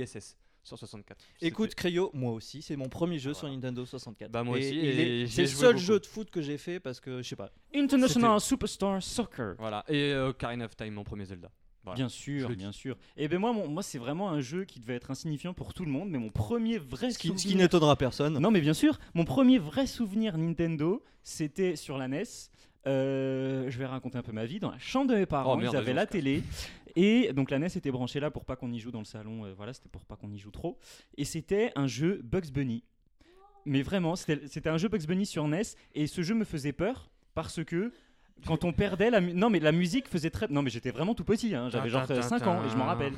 sur 64. C'était- Écoute, Cryo, moi aussi, c'est mon premier jeu sur Ah, Voilà. Nintendo 64. Bah, moi Et aussi, il et est- j'y c'est ai le joué seul beaucoup. jeu de foot que j'ai fait parce que je sais pas. International Superstar Soccer. Voilà, et euh, Ocarina of Time, mon premier Zelda. Voilà. Bien Je sûr, le bien sûr. Et ben moi, mon- moi c'est vraiment un jeu qui devait être insignifiant pour tout le monde, mais mon premier vrai Ce qui, souvenir. ce qui n'étonnera personne. Non, mais bien sûr, mon premier vrai souvenir Nintendo, c'était sur la NES. Euh, je vais raconter un peu ma vie. Dans la chambre de mes parents, Oh, merde, ils avaient la raison, télé. Et donc la NES était branchée là pour pas qu'on y joue dans le salon. euh, voilà, c'était pour pas qu'on y joue trop. Et c'était un jeu Bugs Bunny. Mais vraiment, c'était c'était un jeu Bugs Bunny sur NES. Et ce jeu me faisait peur parce que. Quand on perdait la mu- non mais la musique faisait très non mais j'étais vraiment tout petit hein, j'avais genre Tintin, 5 ans et je m'en tintin. rappelle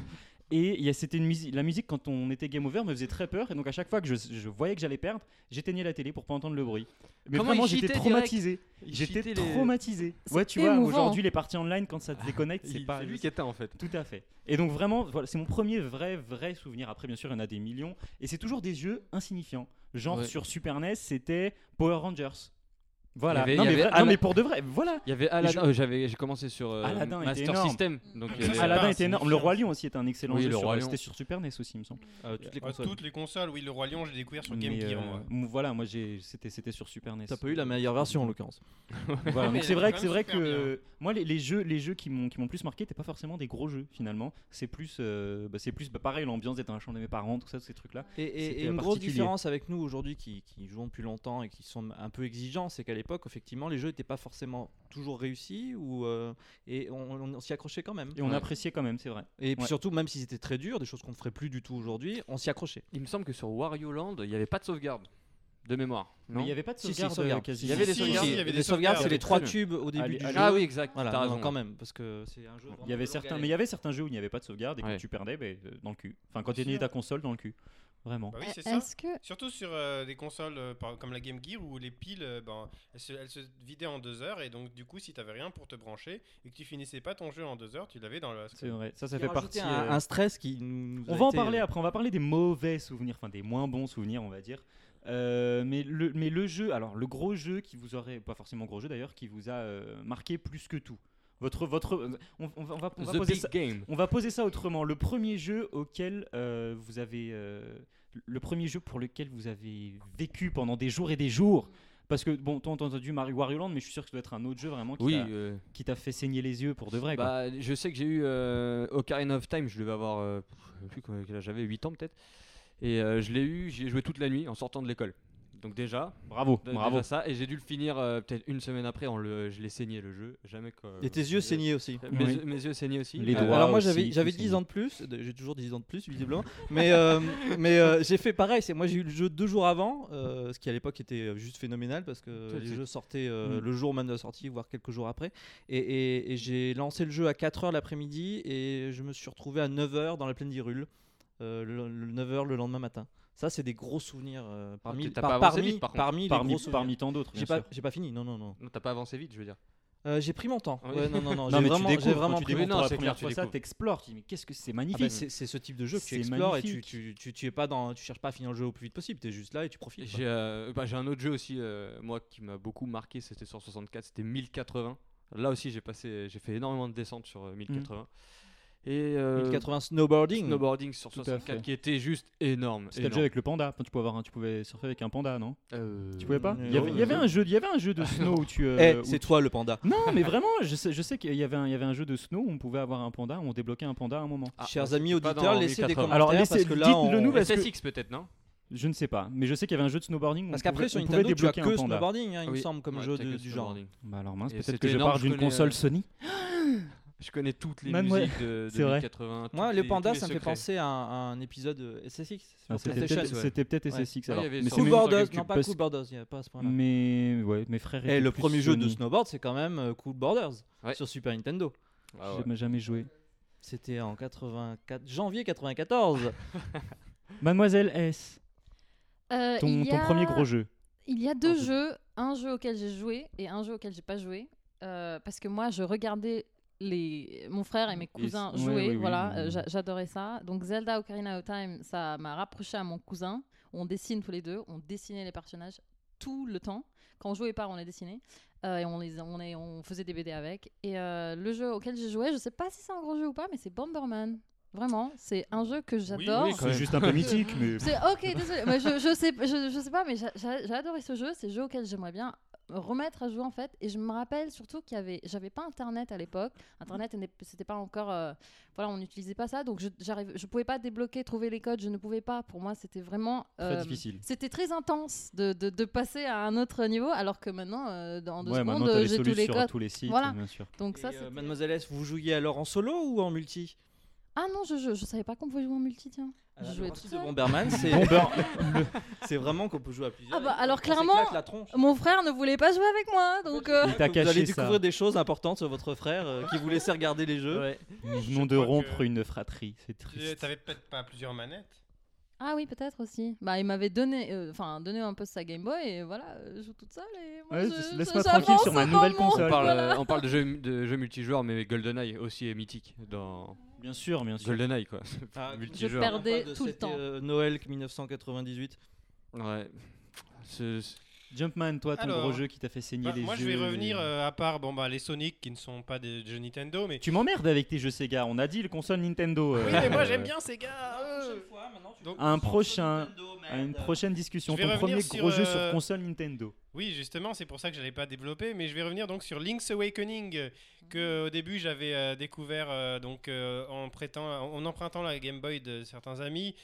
et il y a- c'était une musique la musique quand on était game over me faisait très peur et donc à chaque fois que je, je voyais que j'allais perdre j'éteignais la télé pour pas entendre le bruit mais Comment vraiment il j'étais cheatait traumatisé Il cheatait j'étais les- traumatisé C'est ouais tu vois émouvant. aujourd'hui les parties online quand ça te déconnecte c'est il- pas C'est lui qui était en fait. tout à fait. Et donc vraiment, voilà, c'est mon premier vrai vrai souvenir. Après, bien sûr, il y en a des millions. Et c'est toujours des jeux insignifiants. Genre Ouais. sur Super NES, c'était Power Rangers. Voilà. Il y avait- non, il y mais, avait vra- non, Alan- mais pour de vrai, voilà. Il y avait Et je- Aladdin. euh, J'avais, j'ai commencé sur euh, Aladdin était Master énorme. System. Donc il y Ça, avait- c'est Aladdin pas était énorme. Le insignifiant. Roi Lion aussi était un excellent Oui, jeu. le sur- euh, Roi Lion. C'était sur Super NES aussi, il me semble. Euh, toutes les Ah, consoles. Toutes les consoles, oui, le Roi Lion, j'ai découvert sur Game Mais, Gear. euh, moi. m- voilà, moi j'ai- c'était c'était sur Super NES. T'as pas eu la meilleure version en l'occurrence. Voilà, Ouais, donc mais c'est elle vrai est que quand c'est même vrai super que moi les, les jeux les jeux qui m'ont qui m'ont plus marqué n'étaient pas forcément des gros jeux finalement c'est plus euh, bah, c'est plus bah, pareil l'ambiance d'être dans la chambre de mes parents tout ça ces trucs là Et, et- C'était et une grosse particulier. différence avec nous aujourd'hui qui, qui jouons depuis longtemps et qui sommes un peu exigeants, c'est qu'à l'époque, effectivement, les jeux n'étaient pas forcément toujours réussis ou, euh, et on, on- on s'y accrochait quand même. et on Ouais. appréciait quand même c'est vrai Et puis Ouais. surtout, même s'ils étaient très durs, des choses qu'on ne ferait plus du tout aujourd'hui, on s'y accrochait. Il me semble que sur Wario Land, il n'y avait pas de sauvegarde de mémoire. mais Non il n'y avait pas de Si, si, sauvegarde, sauvegarde. euh, quasi Il y avait des Si, sauvegardes. si, il y avait Les des sauvegardes, c'est sauvegardes. les trois Très tubes au début Allez, du allez. jeu. Ah oui, exact. Voilà, T'as non, raison. quand même, parce que c'est un jeu. Il y avait certains, mais il y avait certains jeux où il n'y avait pas de sauvegarde et quand Ouais. tu perdais, ben, euh, dans le cul. Enfin, quand Bien tu étais sûr. ta console, dans le cul. Vraiment. Bah oui, c'est ça. Est-ce que Surtout sur euh, des consoles euh, par- comme la Game Gear où les piles, euh, ben, elles, se, elles se vidaient en deux heures et donc du coup, si t'avais rien pour te brancher et que tu finissais pas ton jeu en deux heures, tu l'avais dans la. C'est vrai. Ça, ça Ça fait partie. un, euh, un stress qui nous. nous On a va en été, parler euh, après. On va parler des mauvais souvenirs, enfin des moins bons souvenirs, on va dire. Euh, mais, le, mais le jeu, alors le gros jeu qui vous aurait, pas forcément gros jeu d'ailleurs, qui vous a euh, marqué plus que tout. Votre, votre, euh, on, on va, on va- on va The poser Big ça. Game. On va poser ça autrement. Le premier jeu auquel euh, vous avez, euh, le premier jeu pour lequel vous avez vécu pendant des jours et des jours. Parce que bon, t'as t'as entendu Mario Wario Land, mais je suis sûr que ça doit être un autre jeu vraiment qui Oui, t'a- euh, qui t'a fait saigner les yeux pour de vrai. quoi. bah, je sais que j'ai eu euh, Ocarina of Time, je devais avoir, euh, je sais plus combien- quel âge j'avais, 8 ans peut-être. Et euh, je l'ai eu, j'y ai joué toute la nuit en sortant de l'école. Donc déjà, bravo, d- bravo. bah, déjà ça, et j'ai dû le finir euh, peut-être une semaine après, on le, je l'ai saigné le jeu. Jamais que, Et tes yeux saignaient aussi. Mmh. Mes, Oui. yeux- mes yeux saignaient aussi. Les Euh, doigts. Alors moi aussi, j'avais tout j'avais saigné. 10 ans de plus, de- j'ai toujours 10 ans de plus visiblement, mais euh, mais euh, j'ai fait pareil, c'est moi j'ai eu le jeu deux jours avant, euh, ce qui à l'époque était juste phénoménal parce que Toi, les t'es- jeux sortaient euh, Mm. le jour même de la sortie, voire quelques jours après, et, et- et j'ai lancé le jeu à 4h l'après-midi et je me suis retrouvé à 9h dans la plaine d'Irule, euh, le, 9h le lendemain matin. Ça c'est des gros souvenirs euh, parmi, t'as par- pas avancé parmi, vite, par contre. parmi les parmi, gros souvenirs. parmi tant d'autres. bien J'ai pas, sûr. j'ai pas fini, non, non, non. Non, t'as pas avancé vite, je veux dire. Euh, j'ai pris mon temps. Ah Oui. Ouais, non, non, non. Non, j'ai mais vraiment, tu j'ai découvres, vraiment quand tu pris Oui, mon découvres non, pour la c'est première clair, tu fois ça, découvres. t'explores, tu dis mais qu'est-ce que c'est Ah magnifique. bah, c'est c'est ce type de jeu que tu C'est explores et magnifique. tu, tu, tu, tu es pas dans, tu cherches pas à finir le jeu au plus vite possible, tu es juste là et tu profites. quoi. J'ai euh, bah, j'ai un autre jeu aussi, euh, moi, qui m'a beaucoup marqué, c'était sur 64, c'était 1080. Là aussi, j'ai passé, j'ai fait énormément de descentes sur euh, 1080. Mmh. Et euh, 1080 snowboarding. snowboarding sur Tout à 64, fait. qui était juste énorme. C'était le jeu énorme. avec le panda. Enfin, tu pouvais avoir, un- tu pouvais surfer avec un panda, non Euh, Tu pouvais pas non, Il y avait- il y avait non. un jeu, il y avait un jeu de snow où tu. Eh, euh, où c'est toi le panda. Non, mais vraiment, je sais, je sais qu'il y avait, un, il y avait un jeu de snow où on pouvait avoir un panda, on débloquait un panda à un moment. Ah, Chers ouais, amis c'était pas auditeurs, dans laissez des 1080. commentaires Alors, laissez- parce que là, dites-le on... nous, Alors, parce que- SSX peut-être, non Je ne sais pas, mais je sais qu'il y avait un jeu de snowboarding. où parce on qu'après pouvait- sur on pouvait Nintendo, tu as débloquer un que panda. snowboarding, hein, il me Oui. semble, comme Ouais, jeu t'as de- que du genre. snowboarding. Bah alors mince, Et peut-être que c'était je énorme, pars je d'une connais, console euh, Sony. Je connais toutes les Mademois- musiques de, de C'est vrai. 1080. Moi, toutes le les- panda, tous les ça me fait secrets. penser à un, à un épisode euh, SSX. sur Ah, C'était PlayStation. peut-être c'était peut-être Ouais. SSX Ouais, il y alors. avait sans Mais c'est- Cool mais- Borders, parce non pas que- Cool Borders, il n'y a pas à ce point-là. Mais ouais, mes frères étaient Eh, le plus premier jeu de Sony. snowboard, c'est quand même euh, Cool Borders Ouais. sur Super Nintendo. Ah ouais. J'ai jamais joué. C'était en 84 janvier 94. Mademoiselle S, euh, ton, il y ton a- premier gros jeu. Il y a deux je- jeux, un jeu auquel j'ai joué et un jeu auquel j'ai pas joué, euh, parce que moi je regardais les mon frère et mes cousins ouais, jouer, oui, oui, voilà, oui. euh, j'a- j'adorais ça. Donc Zelda Ocarina of Time, ça m'a rapproché à mon cousin. On dessine tous les deux, on dessinait les personnages tout le temps. Quand on jouait pas, on les dessinait Euh, et on les on, est, on faisait des BD avec. Et euh, le jeu auquel j'ai joué, je sais pas si c'est un gros jeu ou pas, mais c'est Bomberman. Vraiment, c'est un jeu que j'adore. oui, même. C'est juste un peu mythique, mais C'est ok, désolé. Mais je, je sais, je, je sais pas, mais j'a- j'a- j'ai adoré ce jeu. C'est le jeu auquel j'aimerais bien remettre à jour en fait. Et je me rappelle surtout qu'il y avait, j'avais pas internet à l'époque. Internet n'est- c'était pas encore, euh, voilà, on n'utilisait pas ça, donc je, j'arrive- je pouvais pas débloquer, trouver les codes, je ne pouvais pas. Pour moi, c'était vraiment Très euh, difficile. C'était très intense de, de- de passer à un autre niveau, alors que maintenant, euh, dans deux Ouais, maintenant secondes, t'as les j'ai tous solutions les sur codes. tous les sites, Voilà. bien sûr. Donc ça, Et, euh, c'était- Mademoiselle S, vous jouiez alors en solo ou en multi Ah, ah non, je, je, je savais pas qu'on pouvait jouer en multi, tiens. Je jouais Le tout principe seul. de Bomberman, c'est Bomber- c'est vraiment qu'on peut jouer à plusieurs. Ah bah, et alors on s'éclate clairement, la tronche. Mon frère ne voulait pas jouer avec moi, donc. euh, Il t'a vous allez caché découvrir ça. des choses importantes sur votre frère euh, qui vous laissait regarder les jeux. Nous venons de crois rompre que- une fratrie, c'est Tu- triste. T'avais peut-être pas plusieurs manettes. Ah oui, peut-être aussi. Bah, il m'avait donné, euh, enfin, donné un peu sa Game Boy et voilà, euh, je joue toute seule et. moi, Ouais, je- laisse-moi je- tranquille j'avance sur ma dans nouvelle mon- On console. parle, Voilà. euh, on parle de jeux, de jeux multijoueurs, mais GoldenEye aussi est mythique dans Bien sûr, bien sûr. GoldenEye quoi. Ah, Multijoueur. je perds. perdais On parle de tout le cet, temps. euh, Noël 1998. Ouais. Ce- ce- Jumpman, toi, ton Alors, gros jeu qui t'a fait saigner Bah, les moi, yeux. je vais revenir les- euh, à part bon bah les Sonic qui ne sont pas des jeux Nintendo, mais. Tu m'emmerdes avec tes jeux Sega. On a dit le console Nintendo. euh, Oui, mais moi euh, j'aime bien ces Ah, gars. euh. Donc, À un prochain, à une prochaine discussion. Je vais Ton premier revenir gros sur, jeu euh, sur console Nintendo. Oui, justement, c'est pour ça que je n'allais pas développer, mais je vais revenir donc sur Link's Awakening euh, que euh, au début j'avais euh, découvert euh, donc euh, en, prêtant, en empruntant la Game Boy de certains amis.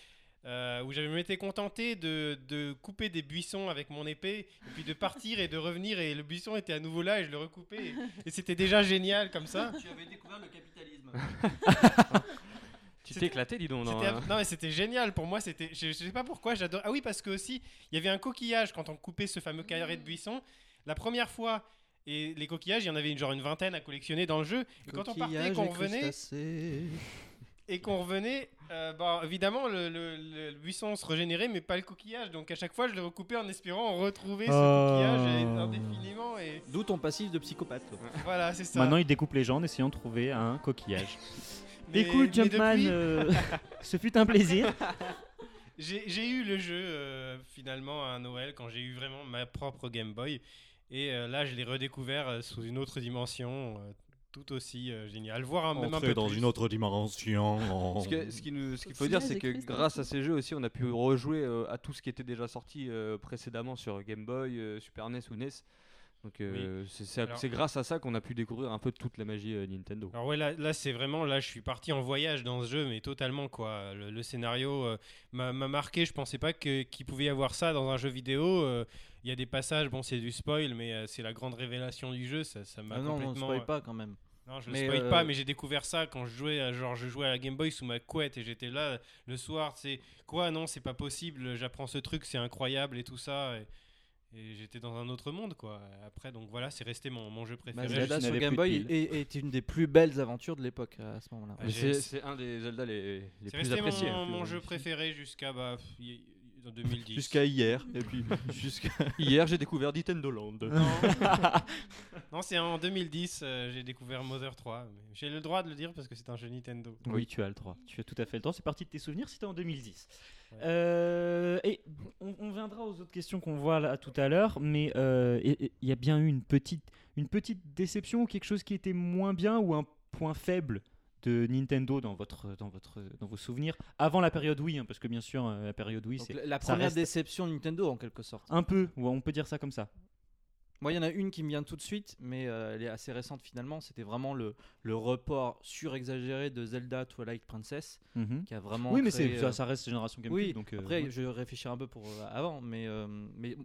euh, où j'avais m'étais contenté de, de couper des buissons avec mon épée, et puis de partir et de revenir, et le buisson était à nouveau là, et je le recoupais, et, et c'était déjà génial comme ça. Tu avais découvert le capitalisme. Tu t'es C'était- éclaté, dis donc. dans C'était un- ab- Non mais c'était génial pour moi, c'était je, je sais pas pourquoi j'adore. Ah oui parce que aussi il y avait un coquillage quand on coupait ce fameux carré Mm. de buisson la première fois et les coquillages, il y en avait une, genre une vingtaine à collectionner dans le jeu. Et quand on partait, qu'on revenait, et qu'on revenait, euh, bah, évidemment le, le- le- le buisson se régénérait, mais pas le coquillage. Donc à chaque fois, je le recoupais en espérant retrouver ce Oh. coquillage euh, indéfiniment. Et D'où ton passif de psychopathe. toi. voilà, c'est ça. Maintenant, il découpe les gens en essayant de trouver un coquillage. Mais- Écoute, mais Jumpman, depuis, euh, ce fut un plaisir. J'ai j'ai eu le jeu euh, finalement à Noël quand j'ai eu vraiment ma propre Game Boy. Et euh, là, je l'ai redécouvert euh, sous une autre dimension, euh, tout aussi euh, géniale. Voir un, même un peu plus. autre dimension. Ce que- ce qui nous- ce qu'il faut C'est dire, vrai, c'est j'ai que cru ça. grâce à ces jeux aussi, on a pu rejouer euh, à tout ce qui était déjà sorti euh, précédemment sur Game Boy, euh, Super NES ou NES. Donc euh, c'est- c'est Alors- c'est grâce à ça qu'on a pu découvrir un peu toute la magie euh, Nintendo. Alors ouais, là, là, c'est vraiment, là, je suis parti en voyage dans ce jeu, mais totalement, quoi. Le, le scénario euh, m'a m'a marqué, je pensais pas que- qu'il pouvait y avoir ça dans un jeu vidéo. euh, Il y a des passages, bon, c'est du spoil, mais euh, c'est la grande révélation du jeu, ça ça m'a Ah non, on ne complètement... spoil pas quand même. Non, je Mais, le spoil euh, pas, mais j'ai découvert ça quand je jouais, à, genre je jouais à la Game Boy sous ma couette et j'étais là le soir, c'est quoi Non, c'est pas possible, j'apprends ce truc, c'est incroyable et tout ça. Et, et j'étais dans un autre monde, quoi. Après, donc voilà, c'est resté mon, mon jeu préféré. Zelda Bah, Zelda tu sur n'avais Game plus de Boy piles. est, est une des plus belles aventures de l'époque euh, à ce moment-là. Ah, Mais j'ai- C'est c'est- c'est un des Zelda les, les C'est plus resté mon- appréciés. mon, hein, plus- jeu préféré jusqu'à bah, pff, y- y- en 2010. Jusqu'à hier, et puis jusqu'à. Hier, j'ai découvert Nintendo Land. Non, Non, c'est en 2010, euh, j'ai découvert Mother 3. mais J'ai le droit de le dire parce que c'est un jeu Nintendo. Oui, tu as le droit. Tu as tout à fait le droit. C'est parti de tes souvenirs. C'était en 2010. Ouais. Euh, et on, on viendra aux autres questions qu'on voit là tout à l'heure. Mais euh, et- et il y a bien eu une petite, une petite déception ou quelque chose qui était moins bien ou un point faible de Nintendo dans votre, dans votre, dans vos souvenirs avant la période Wii, hein, parce que bien sûr euh, la période Wii, Donc, c'est la, la ça première reste- déception de Nintendo en quelque sorte. un peu. ouais, on peut dire ça comme ça. Moi, il y en a une qui me vient tout de suite, mais euh, elle est assez récente finalement. C'était vraiment le, le report surexagéré de Zelda Twilight Princess Mhm. qui a vraiment. Oui, mais créé, c'est euh, ça, ça reste génération GameCube. oui, donc, euh, Après, ouais. je réfléchirai un peu pour euh, avant, mais, euh, mais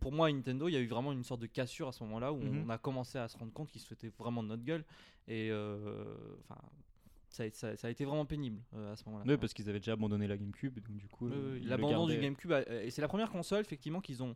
pour moi, Nintendo, il y a eu vraiment une sorte de cassure à ce moment-là où Mhm. on a commencé à se rendre compte qu'ils se foutaient vraiment de notre gueule. Et euh, enfin, ça, a- ça- ça a été vraiment pénible euh, à ce moment-là. Ouais, parce qu'ils avaient déjà abandonné la GameCube, donc du coup, Ouais, euh, ouais, ils le L'abandon du gardaient. GameCube, a- et c'est la première console effectivement qu'ils ont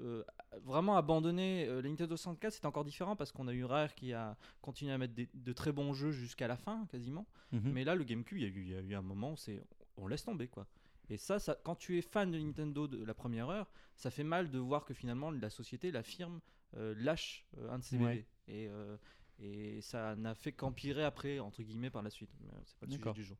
euh, vraiment abandonné. Euh, La Nintendo 64, c'était encore différent parce qu'on a eu Rare qui a continué à mettre des- de très bons jeux jusqu'à la fin quasiment. Mhm. Mais là, le GameCube, il y, a eu- il y a eu un moment où c'est on laisse tomber quoi. Et ça, ça, quand tu es fan de Nintendo de la première heure, ça fait mal de voir que finalement la société, la firme euh, lâche euh, un de ses Ouais. bébés. Et, euh, et ça n'a fait qu'empirer après entre guillemets par la suite. Mais, euh, C'est pas le sujet D'accord. du jour.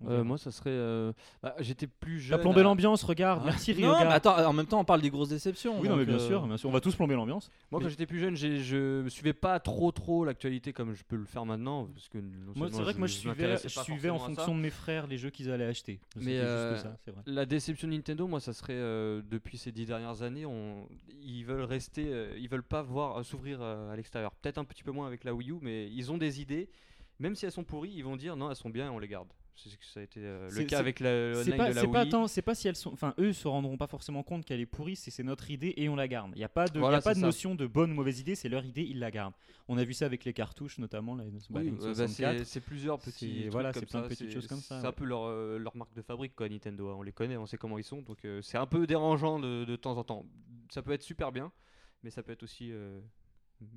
On Euh, verra. moi, ça serait. euh, bah, J'étais plus T'as jeune. plombé à- l'ambiance, regarde. Merci Ah. Non, Ryoga. mais attends, en même temps, on parle des grosses déceptions. oui, non, mais donc, bien euh, sûr, bien sûr. On va tous plomber l'ambiance. Moi, Mais- quand j'étais plus jeune, j'ai- je suivais pas trop trop l'actualité comme je peux le faire maintenant, parce que non Moi, seulement c'est vrai que moi, je suivais, m'intéressais je pas suivais en forcément à ça. fonction de mes frères les jeux qu'ils allaient acheter. Mais, C'était euh, juste ça, c'est vrai. La déception de Nintendo, moi, ça serait euh, depuis ces dix dernières années, on... ils veulent rester, euh, ils veulent pas voir euh, s'ouvrir euh, à l'extérieur. Peut-être un petit peu moins avec la Wii U, mais ils ont des idées, même si elles sont pourries, ils vont dire non, elles sont bien et on les garde. C'est ce que ça a été euh, le C'est- cas c'est- avec la le C'est online pas, de la c'est Wii. pas tant, c'est pas si elles sont, enfin eux se rendront pas forcément compte qu'elle est pourrie, c'est c'est notre idée et on la garde. Il y a pas de, y a Voilà, pas c'est de ça. notion de bonne ou mauvaise idée, c'est leur idée, ils la gardent. On a vu ça avec les cartouches notamment, la Oui, bah, la euh, bah, c'est- N64. c'est plusieurs C'est- petits trucs voilà, comme c'est plein de ça, petites c'est- choses comme ça, C'est ouais. un peu leur, euh, leur marque de fabrique quoi Nintendo, hein, on les connaît, on sait comment ils sont donc euh, c'est un peu dérangeant de, de temps en temps. Ça peut être super bien, mais ça peut être aussi euh,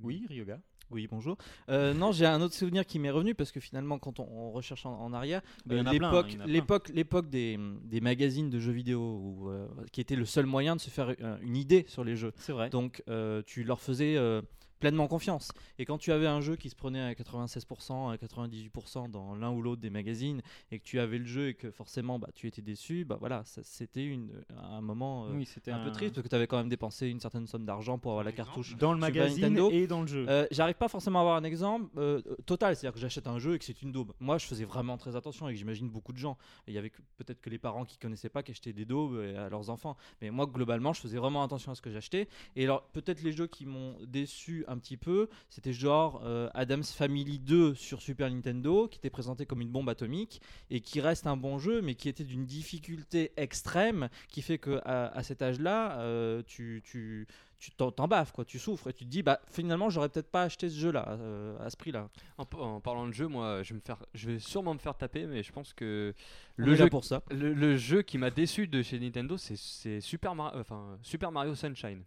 Oui, Ryoga. Oui, bonjour. Euh, non, j'ai un autre souvenir qui m'est revenu parce que finalement, quand on, on recherche en, en arrière, Bah, il y euh, en a plein, l'époque, il y en a plein. l'époque, l'époque des, des magazines de jeux vidéo, où, euh, qui était le seul moyen de se faire euh, une idée sur les jeux. C'est vrai. Donc euh, tu leur faisais euh, pleinement confiance. Et quand tu avais un jeu qui se prenait à 96%, à 98% dans l'un ou l'autre des magazines, et que tu avais le jeu et que forcément bah, tu étais déçu, bah voilà, ça- c'était une, un moment euh, oui, c'était un peu triste parce que tu avais quand même dépensé une certaine somme d'argent pour avoir la cartouche. Dans le Super magazine Nintendo. et dans le jeu. Euh, J'arrive pas forcément à avoir un exemple euh, euh, total, c'est-à-dire que j'achète un jeu et que c'est une daube. Moi, je faisais vraiment très attention et que j'imagine beaucoup de gens. Il y avait que- peut-être que les parents qui connaissaient pas qui achetaient des daubes euh, à leurs enfants, mais moi, globalement, je faisais vraiment attention à ce que j'achetais. Et alors, peut-être les jeux qui m'ont déçu un petit peu, c'était genre euh, Adam's Family 2 sur Super Nintendo, qui était présenté comme une bombe atomique et qui reste un bon jeu, mais qui était d'une difficulté extrême, qui fait que à, à cet âge-là, euh, tu, tu, tu t'en, t'en baffes, quoi, tu souffres et tu te dis, bah finalement, j'aurais peut-être pas acheté ce jeu-là, euh, à ce prix-là. En, p- en parlant de jeu, moi, je vais, me faire, je vais sûrement me faire taper, mais je pense que Le le jeu, pour ça. le, le jeu qui m'a déçu de chez Nintendo, c'est- c'est Super, Mar- enfin, Super Mario Sunshine.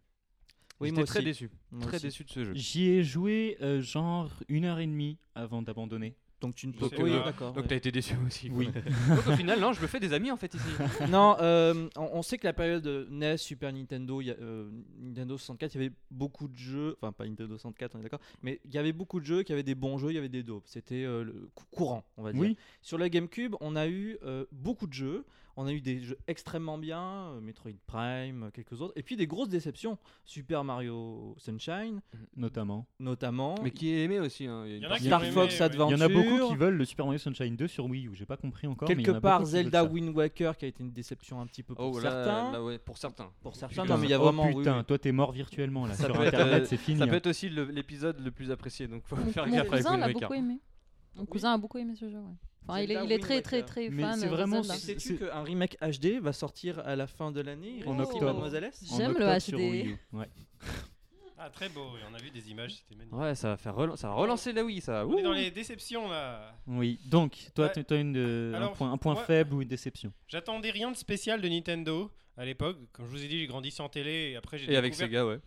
Oui, J'étais moi très aussi. déçu, Moi très aussi. déçu de ce jeu. J'y ai joué euh, genre une heure et demie avant d'abandonner. Donc tu ne peux Donc, Oui, euh, d'accord. Donc ouais. t'as été déçu aussi. Oui. Donc au final, non, je me fais des amis en fait ici. non, euh, on, on sait que la période de NES, Super Nintendo, il y a, euh, Nintendo 64, il y avait beaucoup de jeux, enfin pas Nintendo 64, on est d'accord, mais il y avait beaucoup de jeux qui avaient des bons jeux, il y avait des daubes. C'était euh, le cou- courant, on va dire. Oui. Sur la GameCube, on a eu euh, beaucoup de jeux. On a eu des jeux extrêmement bien, euh, Metroid Prime, euh, quelques autres, et puis des grosses déceptions. Super Mario Sunshine, Notamment. notamment. Mais qui est aimé aussi. hein, il y a une Il y en a partie- qui Star aimé, Fox ouais. Adventure. Il y en a beaucoup qui veulent le Super Mario Sunshine 2 sur Wii U. J'ai pas compris encore. mais il y Quelque en a part, beaucoup qui veulent Zelda ça. Wind Waker qui a été une déception un petit peu pour Oh, là, certains. là, ouais, pour certains. Pour certains, Putain. non, mais il y a vraiment. oui, Oh putain, oui. toi t'es mort virtuellement là. Ça Sur peut être, internet, euh, c'est fini. Ça hein. peut être aussi le- l'épisode le plus apprécié, donc faut Mon, faire mon gaffe avec cousin Wind l'a Waker. beaucoup aimé. Mon cousin a beaucoup aimé ce jeu. ouais. Enfin, il est, Zelda il est Wind très, très, Waker. très Mais fan c'est de vraiment Zelda. Et sais-tu C'est- qu'un remake HD va sortir à la fin de l'année En réalisé octobre. par Mademoiselle S En J'aime le octobre sur HD. Wii U. Ouais. Ah, très beau, oui, on a vu des images, c'était magnifique. Ouais, ça va faire relan- ça va relancer la Wii, ça. On est dans Ouh. les déceptions là. Oui, donc toi, Ouais. tu as une, euh, Alors, un point, un point ouais. faible ou une déception. J'attendais rien de spécial de Nintendo à l'époque. Comme je vous ai dit, j'ai grandi sans télé et après j'ai Et avec découvert- Sega, ouais.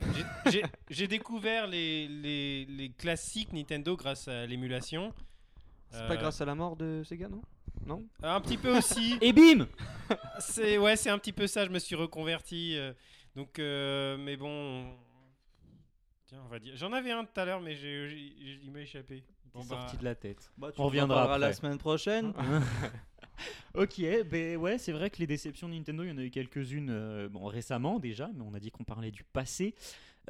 j'ai- j'ai- J'ai découvert les, les, les classiques Nintendo grâce à l'émulation. C'est pas Euh, grâce à la mort de Sega, non Non Un petit peu aussi. Et bim c'est ouais, c'est un petit peu ça. Je me suis reconverti. euh, donc, euh, mais bon. Tiens, on va dire. J'en avais un tout à l'heure, mais j'ai- j'ai- j'ai- il m'a échappé. Bon, bah, Sorti de la tête. Bah, tu On en reviendra parleras après. la semaine prochaine. Ok, ben ouais, c'est vrai que les déceptions de Nintendo, il y en a eu quelques-unes euh, bon, récemment déjà, mais on a dit qu'on parlait du passé.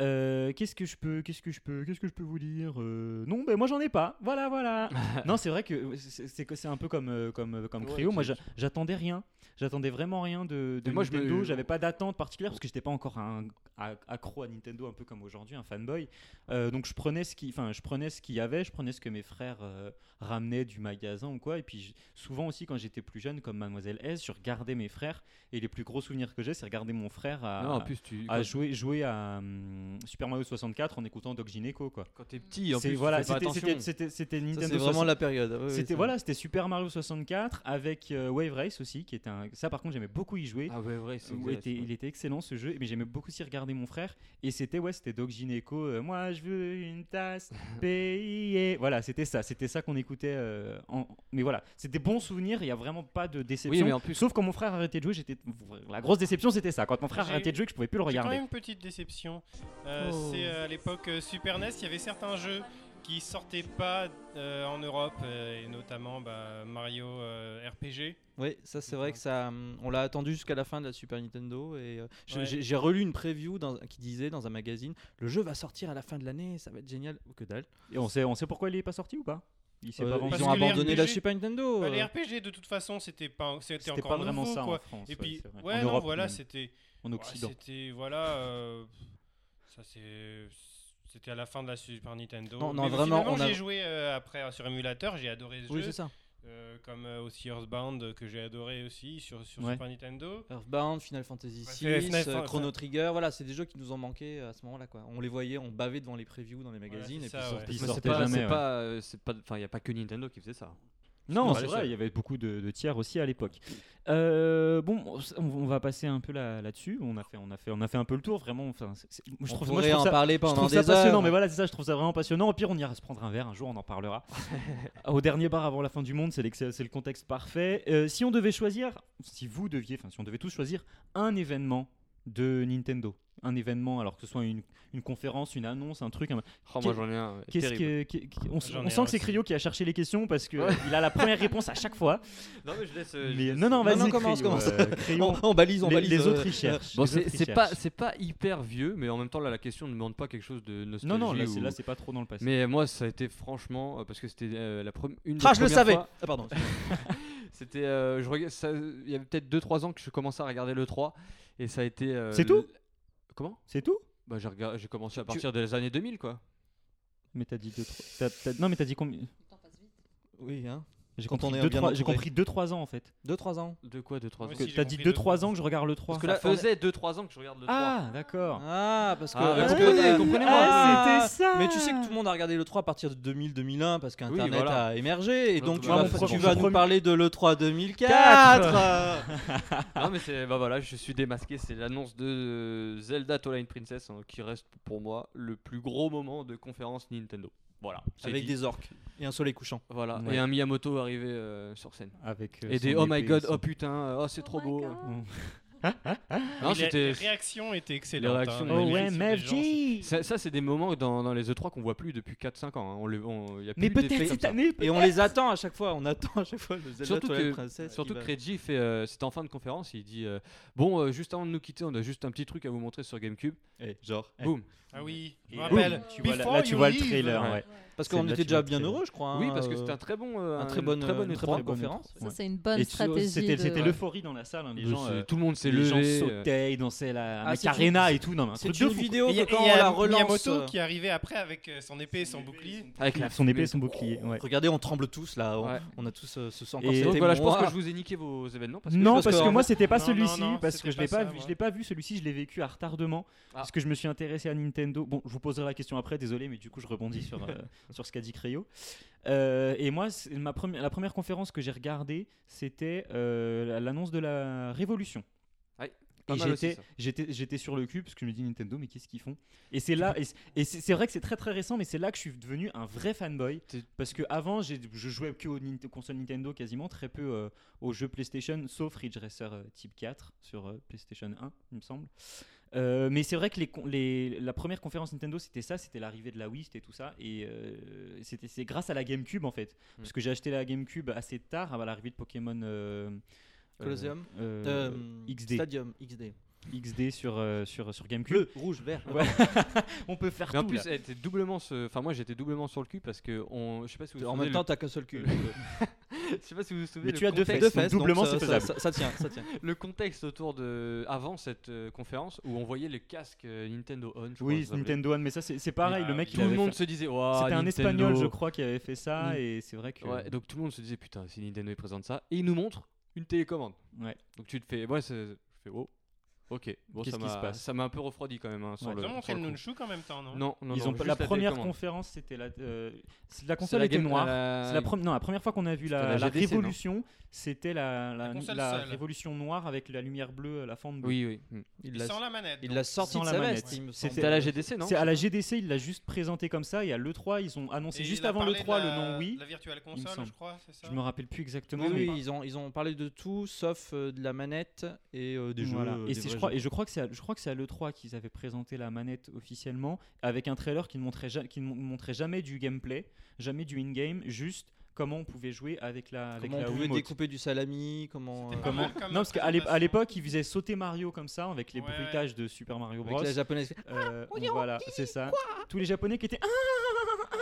Euh, qu'est-ce que je peux, qu'est-ce que je peux, qu'est-ce que je peux vous dire Euh, Non, ben moi j'en ai pas. Voilà, voilà. non, c'est vrai que c'est, c'est que- c'est un peu comme euh, comme euh, comme Ouais, Cryo. Moi, c'est- j'a- j'attendais rien. J'attendais vraiment rien de, de Et moi, je me- Nintendo. J'avais pas d'attente particulière parce que j'étais pas encore un a- accro à Nintendo, un peu comme aujourd'hui, un fanboy. Euh, donc je prenais ce qui, enfin, je prenais ce qu'il y avait. Je prenais ce que mes frères euh, ramenaient du magasin ou quoi. Et puis je- souvent aussi quand j'étais plus jeune, comme Mademoiselle S, je regardais mes frères. Et les plus gros souvenirs que j'ai, c'est regarder mon frère à, Non, en plus, tu. à jouer, jouer à hum, Super Mario 64 en écoutant Doc Gineco Ah, quoi. Quand t'es petit, en C'est- plus, voilà, tu fais pas c'était- c'était attention. c'était- c'était Ça, Nintendo. c'est vraiment 60 la période. Oui, oui, C'était ça- voilà, c'était Super Mario 64 avec euh, Wave Race aussi qui était un ça par contre j'aimais beaucoup y jouer. Ah ouais, vrai, c'est Où exact, était- ouais. Il était excellent ce jeu, mais j'aimais beaucoup aussi regarder mon frère. Et c'était ouais, c'était Doc Gineco. euh, Moi, je veux une tasse payée. voilà, c'était ça, c'était ça qu'on écoutait. euh, en- Mais voilà, c'était bons souvenirs. Il y a vraiment pas de déception. mais en plus- sauf quand mon frère arrêtait de jouer, j'étais la grosse déception, c'était ça. Quand mon frère J'ai- arrêtait de jouer, que je pouvais plus le J'ai quand regarder. Oh. E même une petite déception. Euh, C'est euh, à l'époque euh, Super NES, il y avait certains jeux qui sortaient pas euh, en Europe, euh, et notamment bah, Mario euh, RPG. Oui, ça c'est vrai que ça, hum, on l'a attendu jusqu'à la fin de la Super Nintendo et euh, je- Ouais. j'ai j'ai relu une preview dans- qui disait dans un magazine le jeu va sortir à la fin de l'année, ça va être génial. Oh, Que dalle. Et on sait, on sait pourquoi il est pas sorti ou pas Il s'est pas Euh, ils vendu. ont Parce que les abandonné la RPG Super Nintendo. Bah, les euh. RPG, de toute façon, c'était pas, c'était Oh, C'était encore pas vraiment nouveau, ça quoi. en France. Et ouais, puis, c'est vrai. ouais, en non, Europe, voilà, même, c'était, en ouais, Occident. c'était, voilà, euh, ça c'est, c'était à la fin de la Super Nintendo. Non, non, Mais vraiment, finalement, on a- j'ai joué euh, après euh, sur émulateur, j'ai adoré ce Oui, jeu, c'est ça. euh, comme euh, aussi Earthbound euh, que j'ai adoré aussi sur, sur Ouais. Super Nintendo. Earthbound, Final Fantasy Ouais, c'est VI, FNAF, euh, enfin, Chrono ça- Trigger, voilà, c'est des jeux qui nous ont manqué à ce moment-là quoi. On les voyait, on bavait devant les previews dans les Voilà, magazines c'est et ça, ouais. puis sortaient. Ils Mais sortaient c'est pas, jamais, c'est ouais. pas, euh, c'est pas, enfin, il n'y a pas que Nintendo qui faisait ça. Non, Ouais, c'est c'est vrai, ça. il y avait beaucoup de, de tiers aussi à l'époque. Euh, bon, on, on va passer un peu là- là-dessus. on, a fait, on, a fait, on a fait un peu le tour, vraiment. Enfin, c'est- c'est- moi, je On trouve, moi, je pourrait trouve en ça, parler je pendant trouve des ça heures. passionnant, mais voilà, c'est ça, je trouve ça vraiment passionnant. Au pire, on ira se prendre un verre un jour, on en parlera. Au dernier bar avant la fin du monde, c'est l'ex- c'est le contexte parfait. Euh, si on devait choisir, si vous deviez, enfin, si on devait tous choisir un événement de Nintendo, un événement, alors que ce soit une, une conférence, une annonce, un truc, un, Oh, moi j'en ai un. euh, Qu'est-ce terrible. que, qu'est- qu'est- on, s- J'en ai on un sent que c'est aussi. Cryo qui a cherché les questions parce que Ouais. il a la première réponse à chaque fois. Non, mais je laisse. euh, je Mais laisse- non, non, vas-y. non, commence, Cryo, commence. euh, Cryo, On, on balise, on les, balise. les euh, autres ils cherchent. Bon, les c'est autres, ils c'est pas, cherchent. c'est pas hyper vieux, mais en même temps, là, la question ne demande pas quelque chose de Non, nostalgique. non, là, c'est- ou- là, c'est pas trop dans le passé. Mais moi, ça a été franchement, euh, parce que c'était euh, la première. une des Ah, je le premières savais. fois- Ah, pardon. C'était, euh, je regarde, ça- il y avait peut-être 2-3 ans que je commençais à regarder le 3 et ça a été. euh, C'est tout l- Comment C'est tout Bah j'ai regard- j'ai commencé à partir des années 2000 quoi. Mais t'as dit deux, trois- t'as- t'as- Non, mais t'as dit combien Le temps passe vite. Oui, hein. J'ai Quand on compris est deux, bien trois- j'ai entouré. compris 2-3 ans en fait. 2-3 ans. De quoi 2-3 ans Moi Parce que aussi, j'ai T'as dit compris 2-3 deux, ans que je regarde le 3. Parce que Ça là, fait- faisait 2-3 ans que je regarde le 3. Ah, d'accord. Ah, parce que. Ah, parce oui, que- oui, ah, comprenez-moi. ah, c'était ça. Mais tu sais que tout le monde a regardé l'E3 à partir de 2000-2001 parce qu'Internet Oui, voilà. a émergé. Et Moi, donc tu mon vas, pro- tu mon vas nous premier- parler de l'E3 2004 Quatre. euh. non mais c'est bah voilà, je suis démasqué, c'est l'annonce de euh, Zelda Twilight Princess hein, qui reste pour moi le plus gros moment de conférence Nintendo. Voilà, c'est Avec dit. des orques et un soleil couchant. voilà Ouais. et un Miyamoto arrivé euh, sur scène. Avec, euh, Et son des oh my épée, god, son- oh putain, euh, oh c'est Oh trop my beau. God. Mais Non, les, les c'était réactions étaient excellentes. Les réactions, hein. Oh, Les Oh, réactions des gens, MFG ça, ça, c'est des moments dans, dans les E3 qu'on voit plus depuis 4-5 ans. hein. On le, on- y a Mais plus d'effets peut-être comme cette ça. année. Et on les attend à chaque fois. On attend à chaque fois le Zelda Surtout Twilight que- Princess. Surtout qui que va- Reggie fait, euh, c'était en fin de conférence, il dit euh, bon euh, juste avant de nous quitter, on a juste un petit truc à vous montrer sur GameCube. Eh, genre. eh. Boum. Ah oui, je Et me là, rappelle. tu vois la- Là, tu vois le trailer, ouais. Parce C'est qu'on là, était tu déjà vois, bien c'est- heureux, je crois. hein, oui parce que euh, c'était un très bon, euh, un très bonne, très bonne euh, E3. très bonne très bonne conférence. Ça, Ouais. c'est une bonne Et tu- stratégie. C'était de- c'était l'euphorie dans la salle. hein, Les Mais gens c'est- euh, tout le monde s'est les gens levé. euh, sautaient, ils dansaient la Ah, c'est Macarena et tout. Non, mais un truc C'est de une fou, quoi. vidéo Et il y a- que quand et il on y a la relance. Miyamoto euh, qui arrivait après avec euh, son épée et son bouclier. avec la son épée, mais- son bouclier. ouais. Regardez, on tremble tous là. On, Ouais. on a tous euh, ce sang. encore Et- cet Donc voilà, je pense émoi. que je vous ai niqué vos événements parce que Non, parce parce que- que moi c'était pas Non, celui-ci, non, non, parce que c'était je l'ai pas pas, ça, vu- moi. je l'ai pas vu. Celui-ci, je l'ai vécu à retardement Ah. parce que je me suis intéressé à Nintendo. Bon, je vous poserai la question après, désolé, mais du coup je rebondis sur euh, sur ce qu'a dit Cryo. Euh, et moi, c'est ma première, la première conférence que j'ai regardée, c'était euh, la- l'annonce de la Révolution. Pas Et mal aussi, j'étais, ça. j'étais, j'étais sur le cul parce que je me dis Nintendo, mais qu'est-ce qu'ils font Et c'est là, et c'est- et c'est c'est vrai que c'est très très récent, mais c'est là que je suis devenu un vrai fanboy T'es- parce que avant, j'ai- je jouais que aux Nint- consoles Nintendo quasiment, très peu euh, aux jeux PlayStation, sauf Ridge Racer euh, Type 4 sur euh, PlayStation 1, il me semble. Euh, mais c'est vrai que les, con- les- la première conférence Nintendo, c'était ça, c'était l'arrivée de la Wii, c'était tout ça, et euh, c'était c'est grâce à la GameCube en fait, Mm. parce que j'ai acheté la GameCube assez tard, à l'arrivée de Pokémon. euh, euh, Colosseum euh, Euh, XD. Stadium XD. XD sur, euh, sur, sur GameCube. Bleu, rouge, vert. Ouais. On peut faire Mais en tout. plus, là. elle était doublement ce- enfin moi j'étais doublement sur le cul parce que on, je sais pas si vous vous En souvenez même le- temps, t'as qu'un seul cul. je sais pas si vous vous souvenez Mais le tu as deux contexte- fesses. donc doublement, ça- c'est ça- faisable. Ça, ça tient, ça tient. le contexte autour de avant cette euh, conférence où on voyait le casque euh, Nintendo On. je crois que oui, ça s'appelait. Nintendo One, mais ça c'est c'est pareil. Ah le mec, oui. il Tout le avait monde fait- se disait Ouah, C'était un Nintendo. espagnol, je crois, qui avait fait ça, Ni- et c'est vrai que. Ouais, donc tout le monde se disait putain, si Nintendo il présente ça, et il nous montre une télécommande. Ouais. Donc tu te fais, ouais, c'est- je fais oh, ok. Bon, Qu'est-ce ça qui se m'a, passe ça m'a un peu refroidi quand même hein, sur Ouais. le. Ils ont montré sur le le coup. Nunchuk en même temps, non Non, non, Ils non, ont pas- juste la première télécommande. conférence, c'était la. euh, c'est- la C'est console la était Game- noire. la- C'est la, pre- non, la première fois qu'on a vu C'était la la, la GDC, non révolution, c'était la, la, La console la seule. révolution noire avec la lumière bleue, la fente bleue. Oui, oui. hmm. Il Et l'a- Sans la manette. il donc. l'a sorti sans de la sa manette. veste, il me C'était semble. C'était à la GDC, non C'est à la GDC, il l'a juste présenté comme ça, et à l'E3, ils ont annoncé Et juste il a avant parlé de l'E3 la- le nom oui. La Virtual me Console, semble. je crois, c'est ça Je me rappelle plus exactement. Oui, mais- oui, ils ont, ils ont parlé de tout sauf euh, de la manette et euh, des jeux. Voilà. euh, Et des c'est- je vrais crois, et je crois que c'est à, je crois que c'est à l'E3 qu'ils avaient présenté la manette officiellement avec un trailer qui ne montrait, ja- qui ne mon- montrait jamais du gameplay, jamais du in-game, juste comment on pouvait jouer avec la, avec Comment la on pouvait Wiimote. découper du salami Comment C'était euh, pas Comment- mal comme Non, parce qu'à l'ép- à présentation. l'époque, ils faisaient sauter Mario comme ça avec les Ouais, bruitages de Super Mario avec Bros. la japonaise Euh, donc voilà, c'est ça. Tous les Japonais qui étaient. Ah, ah, ah,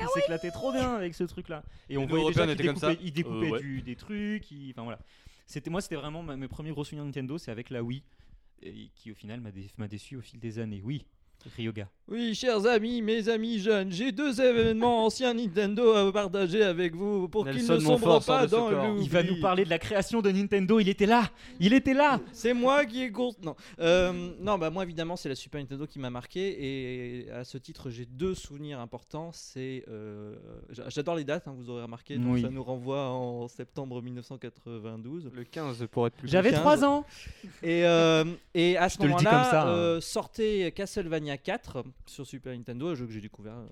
ah, Ils s'éclataient trop bien avec ce truc-là. Et on nous, voyait Européens, déjà on qu'ils était comme découpaient, ça. ils découpaient Euh, ouais. du- des trucs. ils- Enfin voilà. C'était moi, c'était vraiment ma- mes premiers gros souvenirs Nintendo, c'est avec la Wii, et qui au final m'a dé- m'a déçu au fil des années. Oui, Ryoga. Oui, chers amis, mes amis jeunes, j'ai deux événements anciens Nintendo à partager avec vous pour qu'ils Nelson ne sombrent Montfort sort pas de ce dans corps. le. Il va nous parler de la création de Nintendo. Il était là. Il était là. C'est moi qui ai gourde. Non, Euh, non, bah moi évidemment c'est la Super Nintendo qui m'a marqué et à ce titre j'ai deux souvenirs importants. C'est, euh, j'a- j'adore les dates, hein, vous aurez remarqué. Donc Oui. ça nous renvoie en septembre 1992. Le 15 pour être plus. J'avais 15. 3 ans. Et, euh, et à ce te le dis moment-là, comme ça, hein. euh, sortait Castlevania 4 sur Super Nintendo, un jeu que j'ai découvert euh,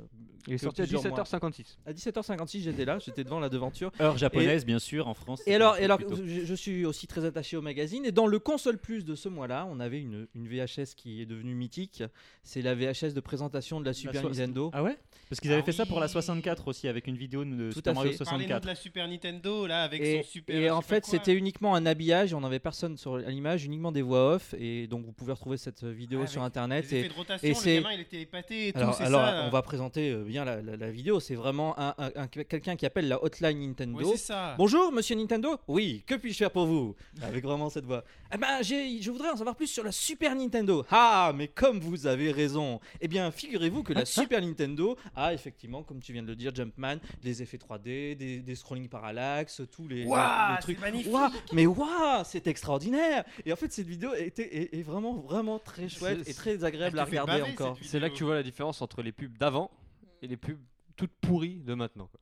Il est que sorti à plusieurs mois. 17h56. À 17h56 j'étais là, j'étais devant la devanture. Heure japonaise, bien sûr, en France. Et alors, et alors plutôt. je, je suis aussi très attaché au magazine. Et dans le Console Plus de ce mois-là, on avait une, une VHS qui est devenue mythique. C'est la VHS de présentation de la Super Bah, soix- Nintendo. Ah ouais Parce qu'ils avaient Ah fait ça pour la oui. 64 aussi avec une vidéo de Tout à Super Mario fait. Parlez-nous de 64. la Super Nintendo là avec Et, son super. et je en sais pas fait, quoi, c'était là. uniquement un habillage. et On n'avait personne sur, à l'image, uniquement des voix off. Et donc, vous pouvez retrouver cette vidéo Ah, sur avec Internet. Les Et effets de rotation, et le c'est- gamin il était épaté et tout, alors, c'est alors, ça. on va présenter euh, bien la, la- la vidéo. C'est vraiment un, un- un- quelqu'un qui appelle la hotline Nintendo. Ouais, c'est ça. Bonjour, monsieur Nintendo Oui, que puis-je faire pour vous Avec vraiment cette voix. Eh ben, j'ai- je voudrais en savoir plus sur la Super Nintendo. Ah, mais comme vous avez raison Eh bien, figurez-vous que la Super Nintendo a effectivement, comme tu viens de le dire, Jumpman, les effets 3D, des, des scrolling parallaxe, tous les, Waouh, les c'est trucs. magnifique. Waouh, mais waouh, c'est extraordinaire Et en fait, cette vidéo était, est, est vraiment, vraiment très chouette C'est- et très agréable Elle à te fait regarder baver, encore. cette C'est là que tu vidéo. vois la différence entre les pubs d'avant et les pubs toutes pourries de maintenant. quoi.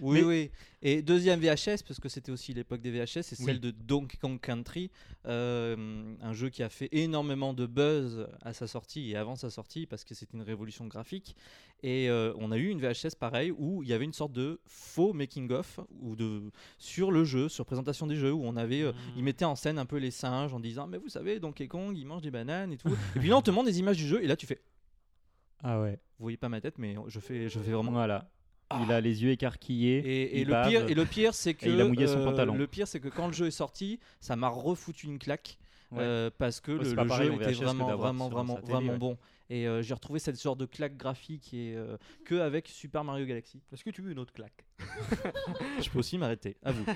Oui, Mais- oui. Et deuxième VHS, parce que c'était aussi l'époque des VHS, c'est Oui. celle de Donkey Kong Country, euh, un jeu qui a fait énormément de buzz à sa sortie et avant sa sortie, parce que c'était une révolution graphique. Et euh, on a eu une VHS pareille où il y avait une sorte de faux making-of ou de sur le jeu, sur présentation des jeux, où on avait, euh, ils mettaient en scène un peu les singes en disant, mais vous savez, Donkey Kong, il mange des bananes et tout. et puis là, on te montre des images du jeu, et là, tu fais, Ah ouais. vous voyez pas ma tête, mais je fais, je fais vraiment. Voilà. Ah. Il a les yeux écarquillés. Et, et Il le bave. pire, et le pire, c'est que euh, il a mouillé son pantalon. Le pire, c'est que quand le jeu est sorti, ça m'a refoutu une claque Ouais. euh, parce que Ouais, le, c'est pas le pareil jeu en était VHS que vraiment, d'avoir vraiment, sur vraiment, sa télé, vraiment ouais. bon. Et euh, j'ai retrouvé cette sorte de claque graphique et euh, que avec Super Mario Galaxy. Est-ce que tu veux une autre claque Je peux aussi m'arrêter. À vous.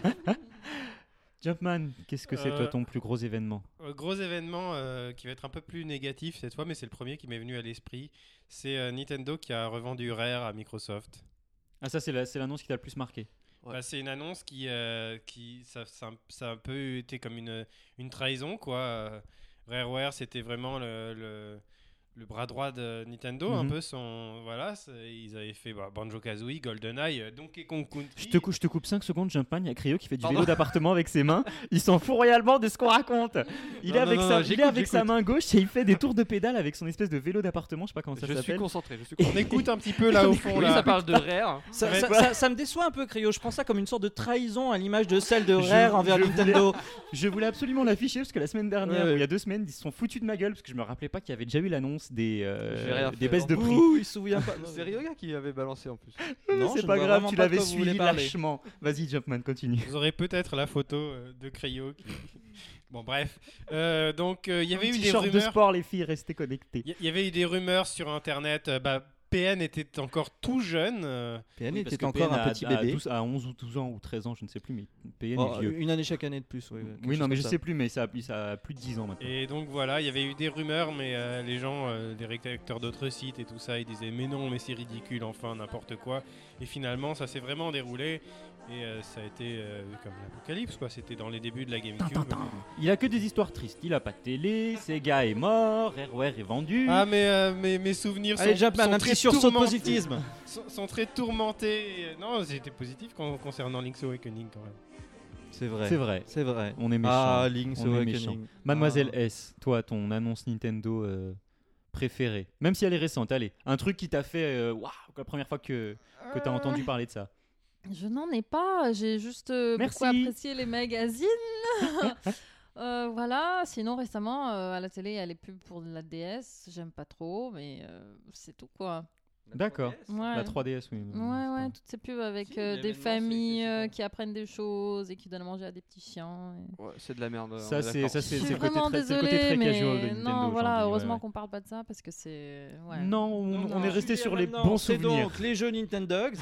Jumpman, qu'est-ce que c'est Euh, toi ton plus gros événement Euh, gros événement euh, qui va être un peu plus négatif cette fois, mais c'est le premier qui m'est venu à l'esprit. C'est euh, Nintendo qui a revendu Rare à Microsoft. Ah ça c'est la- c'est l'annonce qui t'a le plus marqué. Ouais. Bah, c'est une annonce qui, euh, qui ça, ça, ça a un peu été comme une, une trahison, quoi. Euh, Rareware, c'était vraiment le, le, le bras droit de Nintendo, un Mhm. peu son... Voilà, c'est- ils avaient fait bah, Banjo-Kazooie, GoldenEye, euh, Donkey Kong Country... Je te, cou- je te coupe 5 secondes, Jumpman. Il y a Cryo qui fait du Pardon. vélo d'appartement avec ses mains. Il s'en fout réellement de ce qu'on raconte. Il Non, est avec, non, non, sa, non, il est j'écoute, avec sa j'écoute. main gauche et il fait des tours de pédale avec son espèce de vélo d'appartement. Je sais pas comment ça Je suis s'appelle. concentré, je suis On concentré. écoute un petit peu là au fond, Oui, là. ça parle de rare. Ça, Ouais, ça- voilà. ça- ça me déçoit un peu, Cryo. Je prends ça comme une sorte de trahison à l'image de celle de Rare envers je Nintendo. Je voulais absolument l'afficher parce que la semaine dernière, Ouais, ouais. ou il y a deux semaines, ils se sont foutus de ma gueule parce que je me rappelais pas qu'il y avait déjà eu l'annonce des, euh, J'ai rien des fait, baisses de prix. Ouh, il se souvient pas. Ah C'est Ryoga qui avait balancé en plus. Non, je c'est ne pas vois grave, vraiment tu pas de l'avais quoi vous voulez suivi parler. lâchement. Vas-y, Jumpman, continue. Vous aurez peut-être la photo euh, de Cryo. qui- bon, bref. Euh, donc, euh, il y avait eu Petit des short de rumeurs. sport, les filles, restez connectées. Il y- il y avait eu des rumeurs sur Internet. euh, bah, PN était encore tout jeune. euh, PN Oui, parce était que encore PN un a- petit a bébé. 12 À 11 ou 12 ans ou 13 ans, je ne sais plus, mais PN Oh, est vieux. Euh, une année chaque année de plus. ouais, ouais, quelque Oui, non, chose mais comme je ça. sais plus, mais ça a, ça a plus de 10 ans maintenant. et donc voilà, il y avait eu des rumeurs, mais euh, les gens, euh, les rédacteurs d'autres sites et tout ça, ils disaient mais non, mais c'est ridicule, enfin n'importe quoi. Et finalement, ça s'est vraiment déroulé et euh, ça a été euh, comme l'apocalypse quoi. C'était dans les débuts de la GameCube. Il a que des histoires tristes. Il a pas de télé, Sega est mort, Rareware est vendu. Ah mais euh, mes, mes souvenirs Allez, sont, Jumpman, sont un très petit sursaut de tourmentés- positivisme. sont, sont très tourmentés. Et, euh, Non, c'était positif con- concernant Link's Awakening quand même. C'est vrai. C'est vrai, C'est vrai. on est méchant. Ah, Link's On est Awakening. Mademoiselle Ah. S, toi, ton annonce Nintendo euh, préférée, même si elle est récente, allez, un truc qui t'a fait, euh, waouh, la première fois que, que Euh, t'as entendu parler de ça. Je n'en ai pas, j'ai juste euh, beaucoup Merci. apprécié les magazines. Euh, voilà, sinon récemment euh, à la télé, il y a les pubs pour la DS, j'aime pas trop, mais euh, c'est tout quoi. D'accord. Ouais. La 3DS, oui. Ouais, ouais, toutes ces pubs avec Si, euh, l'événement, des c'est- familles c'est euh, super. qui apprennent des choses et qui donnent à manger à des petits chiens. et- Ouais, c'est de la merde. on Ça, est c'est d'accord. ça, c'est Je c'est suis le côté vraiment très, c'est le côté très désolée, mais casual de Nintendo. Non, voilà, aujourd'hui, ouais, heureusement ouais. qu'on parle pas de ça parce que c'est. euh, Ouais. Non, on, Non, on est non. resté Julien, sur les maintenant, bons c'est souvenirs. donc les jeux Nintendogs.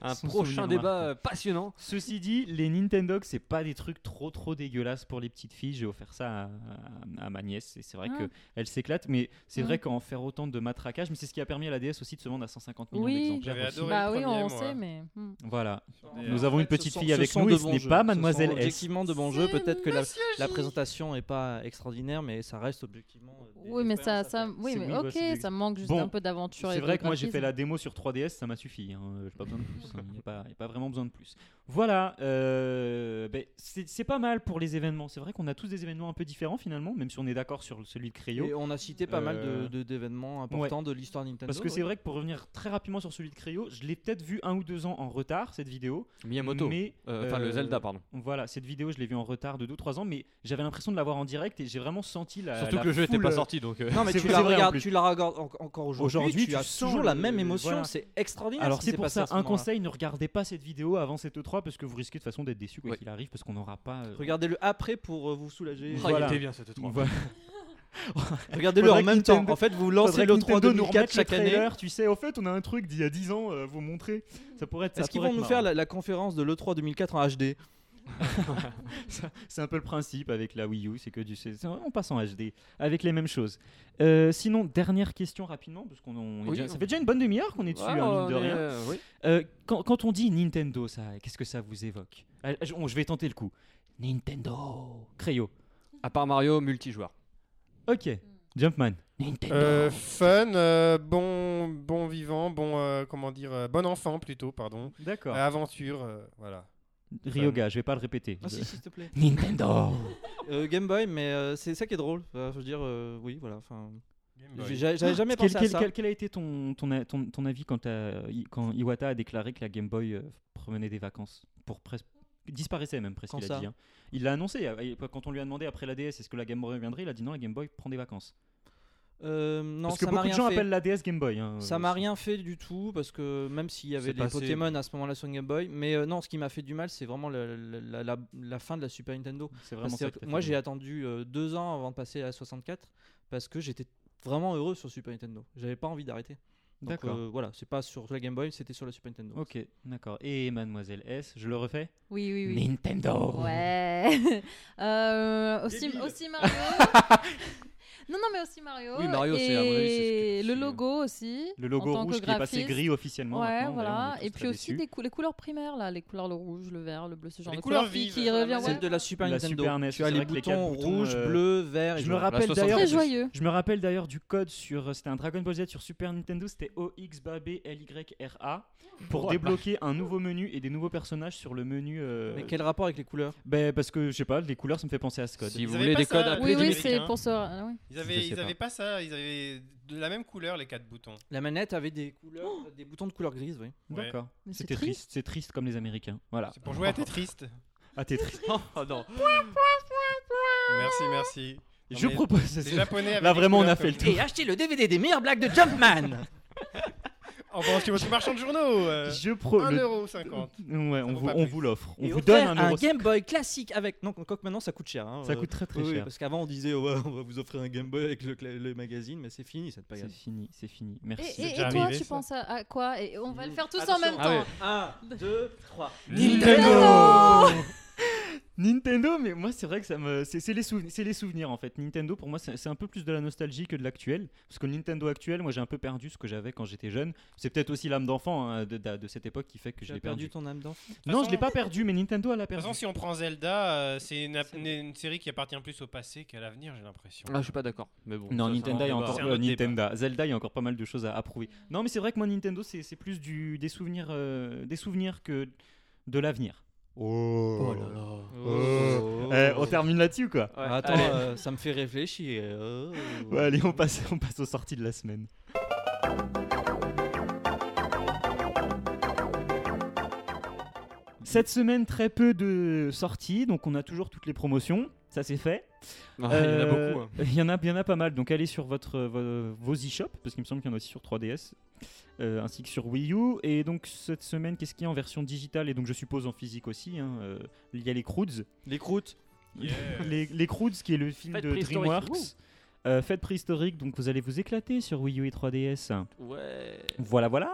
Un Son prochain souvenir débat marquant. euh, passionnant. Ceci dit, les Nintendo, c'est pas des trucs trop trop dégueulasses pour les petites filles. J'ai offert ça à, à- à ma nièce et c'est vrai Ah. que qu'elle s'éclate, mais c'est Mm. vrai qu'en faire autant de matraquage, mais c'est ce qui a permis à la DS aussi de se vendre à 150 millions Oui. d'exemplaires. J'avais aussi. adoré. Bah le oui, premier, on moi. sait, mais. hmm. Voilà. Et Nous en avons fait, une petite Ce fille sont- avec sont nous de et ce bons n'est jeux. pas sont Mademoiselle S. Objectivement de bons jeux, C'est peut-être que la, Monsieur la J. présentation n'est pas extraordinaire, mais ça reste objectivement. euh, des Oui, mais ça, expériences à ça, faire. oui, C'est- oui, mais bah, ok, c'est des- ça me manque juste Bon. un peu d'aventure. et C'est de vrai que moi j'ai graphisme. fait la démo sur 3DS, ça m'a suffi. Hein. euh, J'ai pas besoin de plus. Il n'y a, pas- y a pas vraiment besoin de plus. Voilà, euh, ben, c'est c'est pas mal pour les événements. C'est vrai qu'on a tous des événements un peu différents finalement, même si on est d'accord sur celui de Cryo. Et on a cité pas mal de- Euh, de- d'événements importants de l'histoire Nintendo. Parce que ouais. c'est vrai que pour revenir très rapidement sur celui de Cryo, je l'ai peut-être vu un ou deux ans en retard, cette vidéo. Miyamoto. Mais Euh, Enfin, le euh, Zelda, pardon. voilà, cette vidéo, je l'ai vue en retard de 2-3 ans, mais j'avais l'impression de l'avoir en direct et j'ai vraiment senti la. Surtout la que le jeu était foule, pas euh, sorti, donc. euh, Non, mais C'est- tu c'est la, vrai, en regardes, plus. tu la regardes en- encore aujourd'hui. Aujourd'hui, tu, tu as sens toujours la le- même émotion. voilà. C'est extraordinaire. Alors ce qui c'est s'est pour passé ça, à ce un moment-là. conseil, ne regardez pas cette vidéo avant cette E3 parce que vous risquez de toute façon d'être déçu quoi Oui. qu'il arrive parce qu'on n'aura pas... euh, Oh, Regardez-le après pour euh, vous soulager. ah, voilà. il était bien cette 3 Voilà. Regardez-le en Faudrait que même temps. Nintendo- En fait, vous Faudrait lancez que le 3 Nintendo nous 2004 remette le chaque année. trailer, tu sais, au fait on a un truc d'il y a 10 ans, euh, vous montrer, ça pourrait être... ça Est-ce qu'ils pourrait vont être nous faire marrant. la, la conférence de l'E3 2004 en HD Ça, C'est un peu le principe avec la Wii U, c'est que du, c'est- c'est- on passe en HD avec les mêmes choses. Euh, sinon, dernière question rapidement, parce qu'on on est Oui, déjà- on- ça fait déjà une bonne demi-heure qu'on est dessus, hein, mine de rien. Euh, quand, quand on dit Nintendo, ça, qu'est-ce que ça vous évoque Ah, je, on- je vais tenter le coup. Nintendo. Crayo. À part Mario, multijoueur. Ok. Jumpman. Nintendo. Euh, fun, euh, bon, bon vivant, bon, euh, comment dire, euh, bon enfant plutôt, pardon. D'accord. Euh, aventure, euh, voilà. Ryoga, je vais pas le répéter. Ah si, s'il te plaît. Nintendo. Euh, Game Boy, mais euh, c'est ça qui est drôle. Enfin, je veux dire, euh, oui, voilà. enfin, Bah j'ai- J'ai- J'avais jamais Quel, pensé à quel- ça. quel- quel a été ton, ton, a- ton- ton avis quand, t'as- i- quand Iwata a déclaré que la Game Boy euh, promenait des vacances pour presque disparaissait même presque Quand il a ça dit hein. il l'a annoncé euh, quand on lui a demandé après la DS est-ce que la Game Boy reviendrait il a dit non la Game Boy prend des vacances Euh, non, parce que ça m'a beaucoup de rien gens fait. appellent la DS Game Boy hein, Ça euh, m'a c'est- rien fait du tout parce que même s'il y C'est avait les passé. Pokémon à ce moment-là sur Game Boy, mais euh, non, ce qui m'a fait du mal, c'est vraiment la, la- la- la- la fin de la Super Nintendo. c'est vraiment C'est-à-dire ça que que t'as moi, fait. j'ai attendu euh, deux ans avant de passer à la 64 parce que j'étais vraiment heureux sur Super Nintendo. J'avais pas envie d'arrêter. Donc, d'accord euh, voilà, c'est pas sur la Game Boy, c'était sur la Super Nintendo. Ok, d'accord. Et Mademoiselle S, je le refais Oui, oui, oui. Nintendo Ouais. Euh, aussi, Débile. aussi Mario. non, non, mais aussi Mario. Oui, Mario, c'est- à mon avis, c'est Et ce que- le c'est- logo aussi. Le en logo tant que rouge qui est passé graphiste. gris officiellement. Ouais, maintenant, d'ailleurs, voilà. on est tous Et très puis aussi déçus. des cou- les couleurs primaires, là, les couleurs le rouge, le vert, le bleu, ce genre Les de couleurs couleurs qui, vives, qui ça, revient. la ouais. Celle de la Super La Nintendo. Super NES, tu as c'est les vrai que les quatre boutons boutons, rouge, euh, bleu, vert et Je me jaune. rappelle 64. d'ailleurs. Très joyeux. Je me rappelle d'ailleurs du code sur. C'était un Dragon Ball Z sur Super Nintendo, c'était OXBABLYRA pour Ouah. débloquer un nouveau menu et des nouveaux personnages sur le menu. euh, Mais quel rapport avec les couleurs ben, parce que je sais pas, les couleurs ça me fait penser à ce code. Si vous avaient voulez pas des ça, codes, euh, appelez Oui, les oui, Américains. c'est pour ça. ah oui. Ils avaient, hein. sais ils pas. avaient pas ça, ils avaient de la même couleur les quatre boutons. La manette avait des couleurs, Oh des boutons de couleur grise, oui. Ouais. D'accord. Mais c'est C'était triste. c'est triste comme les Américains. Voilà. C'est pour jouer à Tetris. À Tetris. Oh non. merci, merci. Non, je mais propose. Les Japonais. avaient Là des vraiment on a couleurs fait le tour. Et achetez le DVD des meilleures blagues de Jumpman comme- En branche chez votre marchand de journaux. euh, Je pro. le- 1,50€. Ouais, on vaut vous, pas on plus. vous l'offre. On Et vous offert donne un un euro. Game Boy classique avec. Non, quoique maintenant ça coûte cher. hein, Ça euh, coûte très très oui, oui, cher. parce qu'avant on disait oh, ouais, on va vous offrir un Game Boy avec le, cla- le magazine, mais c'est fini cette C'est pagode. fini, c'est fini. Et, Merci. et- C'est et déjà toi, arrivé, tu ça. penses à, à quoi Et on va le faire tous en Attention. même temps. Ah ouais. 1, 2, 3. Nintendo Nintendo, mais moi c'est vrai que ça me, c'est c'est les souvenirs, c'est les souvenirs en fait. Nintendo pour moi c'est c'est un peu plus de la nostalgie que de l'actuel, parce que le Nintendo actuel, moi j'ai un peu perdu ce que j'avais quand j'étais jeune. C'est peut-être aussi l'âme d'enfant hein, de, de- de cette époque qui fait que Tu je as l'ai perdu perdu. ton âme d'enfant. Non, je l'ai façon- pas perdu, mais Nintendo elle l'a De toute perdu. façon, si on prend Zelda, euh, c'est une, C'est- une- une série qui appartient plus au passé qu'à l'avenir, j'ai l'impression. Ah, je suis pas d'accord. Mais bon. Non, ça, c'est Nintendo, un il y a débat. encore C'est un autre euh, Nintendo. Zelda, il y a encore pas mal de choses à approuver. Non, mais c'est vrai que moi Nintendo, c'est c'est plus du des souvenirs, euh, des souvenirs que de l'avenir. Oh là là. Euh, Eh, on termine là-dessus ou quoi Attends, allez. euh, ça me fait réfléchir. euh. Ouais, allez, on passe, on passe aux sorties de la semaine. Cette semaine, très peu de sorties, donc on a toujours toutes les promotions. Ça c'est fait. Ah, il y en a Euh, beaucoup. hein. Il y en a, il y en a pas mal. Donc allez sur votre, vo- vos e-shops, parce qu'il me semble qu'il y en a aussi sur 3DS, euh, ainsi que sur Wii U. Et donc cette semaine, qu'est-ce qu'il y a en version digitale et donc je suppose en physique aussi hein, euh, Il y a les Croods. Les croûtes. Yeah. Les, les Croods, qui est le film Fête de préhistorique. DreamWorks. Euh, fête préhistorique, donc vous allez vous éclater sur Wii U et 3DS. Ouais. Voilà, voilà.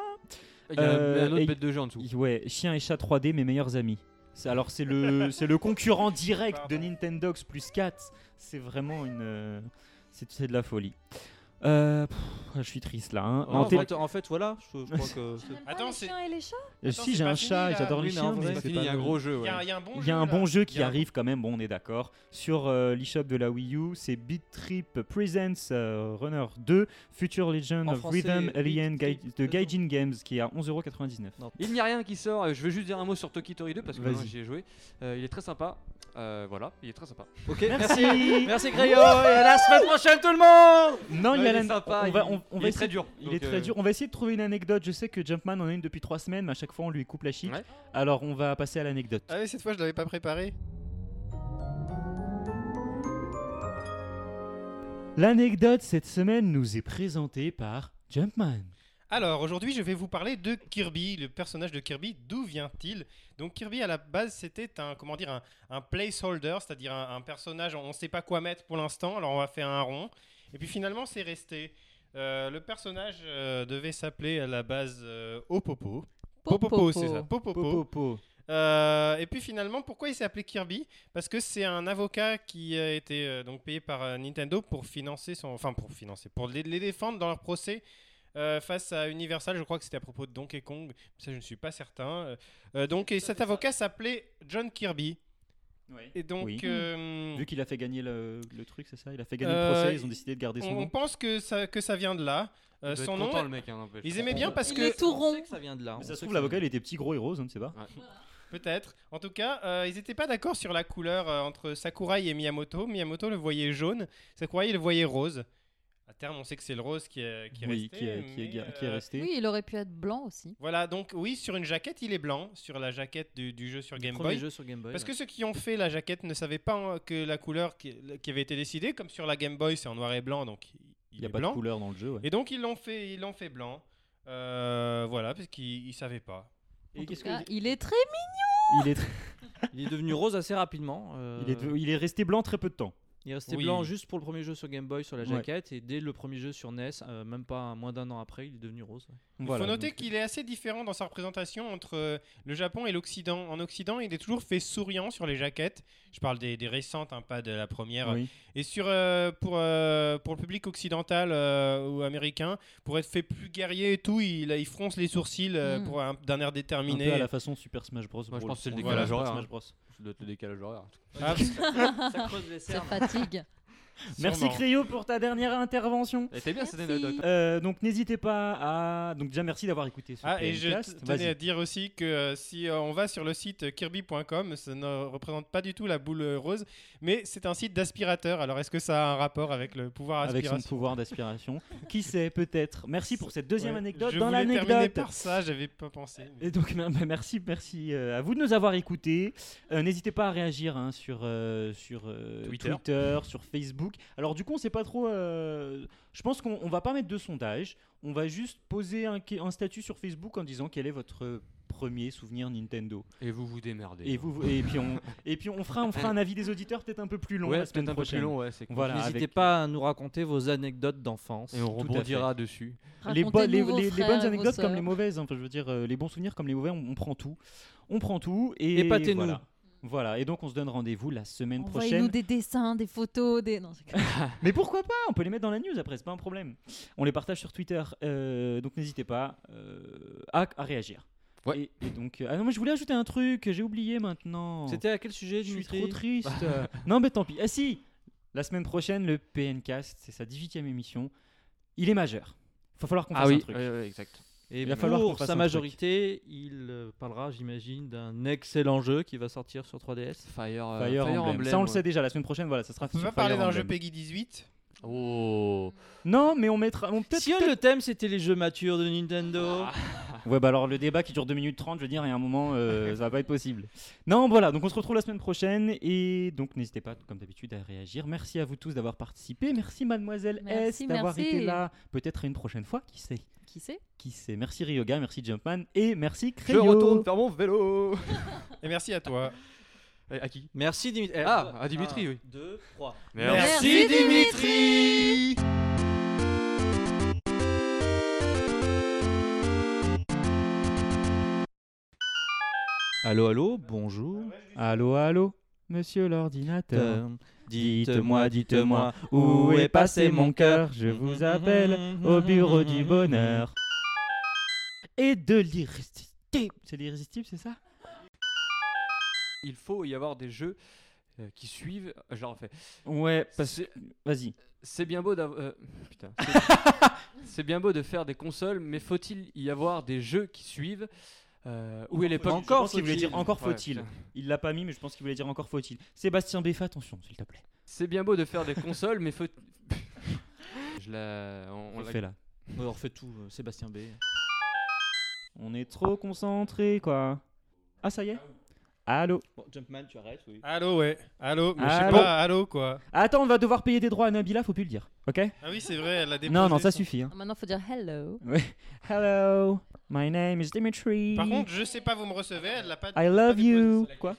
Il y a Euh, un autre et- bête de jeu en dessous. Ouais, chien et chat 3D, mes meilleurs amis. C'est- Alors c'est le, c'est le concurrent direct de Pardon. Nintendox plus 4. C'est vraiment une... euh, C'est c'est de la folie. Euh, pff, je suis triste là. hein. Oh, en, En télé- fait, en fait, voilà, je, je crois que. c'est- Attends, Ah, Attends, les c'est- chiens et les chats Euh, Attends, si c'est j'ai pas un fini, chat et là. j'adore Oui, les mais en chiens, vrai, mais c'est c'est Il y pas a un le- gros jeu. Il ouais. y, a- il y a un bon Il y a un Oh jeu, bon là. jeu qui Il y a un- arrive quand même, bon on est d'accord, sur euh, l'eShop de la Wii U, c'est Beat Trip Presents euh, Runner 2, Future Legend En of français, Rhythm Beat Alien Gai- Trip, de c'est ça. Gaijin Games qui est à 11,99€. Il n'y a rien qui sort. euh, Je veux juste dire un mot sur Tokitori 2 parce que Vas-y. maintenant, j'y ai joué. Euh, il est très sympa. Euh, voilà, il est très sympa. Ok, merci. Merci Gréo. Et à la semaine prochaine, tout le monde Non, Ouais, il y a il est la- sympa, on il- va, on, on il va est essayer- très dur, Il donc, est très euh, dur. On va essayer de trouver une anecdote. Je sais que Jumpman en a une depuis 3 semaines, mais à chaque fois on lui coupe la chic. Ouais. Alors on va passer à l'anecdote. Ah oui, cette fois, je l'avais pas préparé. L'anecdote cette semaine nous est présentée par Jumpman. Alors aujourd'hui je vais vous parler de Kirby, le personnage de Kirby, d'où vient-il Donc Kirby à la base c'était un comment dire un, un placeholder, c'est-à-dire un, un personnage on ne sait pas quoi mettre pour l'instant, alors on va faire un rond. Et puis finalement c'est resté. Euh, le personnage euh, devait s'appeler à la base euh, Opopo. Popopo, c'est ça. Popopo. Popopo. Euh, et puis finalement, pourquoi il s'est appelé Kirby Parce que c'est un avocat qui a été euh, donc payé par euh, Nintendo pour financer son, enfin pour financer, pour les, les défendre dans leur procès euh, face à Universal. Je crois que c'était à propos de Donkey Kong. Ça, je ne suis pas certain. Euh, euh, donc et cet avocat s'appelait John Kirby. Et donc. Oui. euh, Vu qu'il a fait gagner le, le truc, c'est ça Il a fait gagner Euh, le procès, ils ont décidé de garder son on, on nom. pense que ça, que ça vient de là. Il Euh, doit être son nom. content, le mec, hein, n'empêche. Ils aimaient bien parce Il que. est tout On rond. sait que ça vient de là. Mais on ça sait se trouve, que l'avocat il était petit, gros et rose, on ne sait pas. Peut-être. En tout cas, euh, ils n'étaient pas d'accord sur la couleur euh, entre Sakurai et Miyamoto. Miyamoto le voyait jaune, Sakurai le voyait rose. À terme, on sait que c'est le rose qui est, euh, qui est oui, resté. qui est, qui est- mais, qui est- qui est euh, resté. Oui, il aurait pu être blanc aussi. Voilà, donc oui, sur une jaquette, il est blanc, sur la jaquette du, du jeu sur Game Premier Boy. jeu sur Game Boy. Parce ouais. que ceux qui ont fait la jaquette ne savaient pas euh, que la couleur qui, qui avait été décidée, comme sur la Game Boy, c'est en noir et blanc, donc il, Il il n'y a est pas blanc. de couleur dans le jeu. ouais. Et donc ils l'ont fait, ils l'ont fait blanc. Euh, voilà, parce qu'ils ne savaient pas. Et En tout qu'est-ce que- cas, il est très il, est, Euh. il est devenu rose assez rapidement. euh, il, est, il est resté blanc très peu de temps. il est resté Oui. blanc juste pour le premier jeu sur Game Boy sur la Ouais. jaquette et dès le premier jeu sur NES, euh, même pas moins d'un an après, il est devenu rose. ouais. Il Voilà, faut noter donc- qu'il est assez différent dans sa représentation entre euh, le Japon et l'Occident. En Occident, il est toujours fait souriant sur les jaquettes. Je parle des, des récentes, hein, pas de la première. Oui. Et sur, euh, pour, euh, pour le public occidental euh, ou américain, pour être fait plus guerrier et tout, il, il fronce les sourcils euh, Mm. pour un- d'un air Un déterminé. peu à la façon Super Smash Bros. Moi, je pour pense que c'est le pour décalage Super horaire, Smash hein. Bro. Ça doit être le décalage horaire. Ah, parce- Ça creuse les C'est cernes. fatigue. Merci Sûrement. Créo pour ta dernière intervention. Elle était bien cette Merci. anecdote. Euh, donc n'hésitez pas à. Donc déjà merci d'avoir écouté ce Ah, et je podcast. t- tenais Vas-y. à dire aussi que euh, si euh, on va sur le site kirby.com, ça ne représente pas du tout la boule euh, rose, mais c'est un site d'aspirateur. Alors est-ce que ça a un rapport avec le pouvoir avec aspiration son pouvoir d'aspiration. Qui sait, peut-être. Merci pour cette deuxième Ouais. anecdote Je dans voulais terminer l'anecdote. par ça, j'avais pas pensé. mais- Et donc, bah, bah, merci, merci euh, à vous de nous avoir écoutés. Euh, N'hésitez pas à réagir hein, sur, euh, sur euh, Twitter. sur Facebook. Alors, du coup, on sait pas trop. euh, je pense qu'on on va pas mettre de sondage. On va juste poser un, que- un statut sur Facebook en disant quel est votre premier souvenir Nintendo. Et vous vous démerdez. Et, vous, vous- et, puis, on, et puis, on fera, on fera un avis des auditeurs peut-être un peu plus long ouais, la c'est peut-être semaine un peu plus prochaine. long, ouais, c'est cool. Voilà, N'hésitez avec- pas à nous raconter vos anecdotes d'enfance. Et on Tout à rebondira dessus. les, Racontez-nous bo- les- vos les- les frères, bonnes vos anecdotes comme sœurs. les mauvaises, hein. enfin, je veux dire euh, les bons souvenirs comme les mauvais, on, on prend tout. On prend tout et Épatez-nous. Voilà. Voilà, et donc on se donne rendez-vous la semaine prochaine. Envoyez-nous des dessins, des photos, des. Non, c'est- Mais pourquoi pas On peut les mettre dans la news après, c'est pas un problème. On les partage sur Twitter, euh, donc n'hésitez pas euh, à, à réagir. Ouais. Et, et donc, euh, ah non, mais je voulais ajouter un truc, j'ai oublié maintenant. C'était à quel sujet, Je suis Dimitri Euh, trop triste. non, mais tant pis. Ah si La semaine prochaine, le PNcast, c'est sa 18ème émission. Il est majeur. va falloir qu'on fasse un truc. Ah ouais, ouais, exact. Et Il va pour falloir qu'on fasse un sa truc. majorité, il euh, parlera, j'imagine, d'un excellent jeu qui va sortir sur 3DS. Fire, euh, Fire, Emblem. Ça, on le ouais. sait déjà. La semaine prochaine, voilà, ça sera On peut sur pas parler Fire d'un jeu Emblem. Peggy 18 Oh. Non, mais on mettra. On peut Si euh, le thème c'était les jeux matures de Nintendo, Ouais, bah alors le débat qui dure 2 minutes 30, je veux dire, il y a un moment, euh, ça va pas être possible. Non, voilà, donc on se retrouve la semaine prochaine et donc n'hésitez pas, comme d'habitude, à réagir. Merci à vous tous d'avoir participé. Merci, mademoiselle Merci, S, d'avoir merci. été là. Peut-être à une prochaine fois, qui sait Qui sait Qui sait Merci Ryoga, merci Jumpman et merci Je Créo. retourne faire mon vélo. Et merci à toi. Eh, À qui merci Dimitri. Ah, à Dimitri, oui. 2, 3. Merci, Dimitri Allô, allô, bonjour. Allô, allô, monsieur l'ordinateur. Euh, Dites-moi, dites-moi, où est passé mon cœur Mm, Je vous appelle au bureau du bonheur. Et de l'irrésistible. C'est l'irrésistible, c'est ça Il faut y avoir des jeux euh, qui suivent. Je la refais. Ouais, parce... C'est- vas-y. C'est bien beau d'avoir. euh, putain. C'est- C'est bien beau de faire des consoles, mais faut-il y avoir des jeux qui suivent Euh, Où est l'époque Je Encore pense qu'il voulait faut-il. dire encore Ouais, faut-il. putain. Il l'a pas mis, mais je pense qu'il voulait dire encore faut-il. Sébastien B, fais attention, s'il te plaît. C'est bien beau de faire des consoles, mais faut. Je la. On, on On la- fait là. On refait tout, euh, Sébastien B. On est trop concentré, quoi. Ah, ça y est Allô Bon, Jumpman, tu arrêtes, oui. Allô, ouais. Allô, mais je sais Allô pas, allô quoi. Attends, on va devoir payer des droits à Nabila, faut plus le dire, ok Ah oui, c'est vrai, elle a déposé. Non, non, ça son- suffit. Hein. Maintenant, faut dire hello. Hello, my name is Dimitri. Par contre, je sais pas, vous me recevez, elle l'a pas I elle a pas love déposé. you. Quoi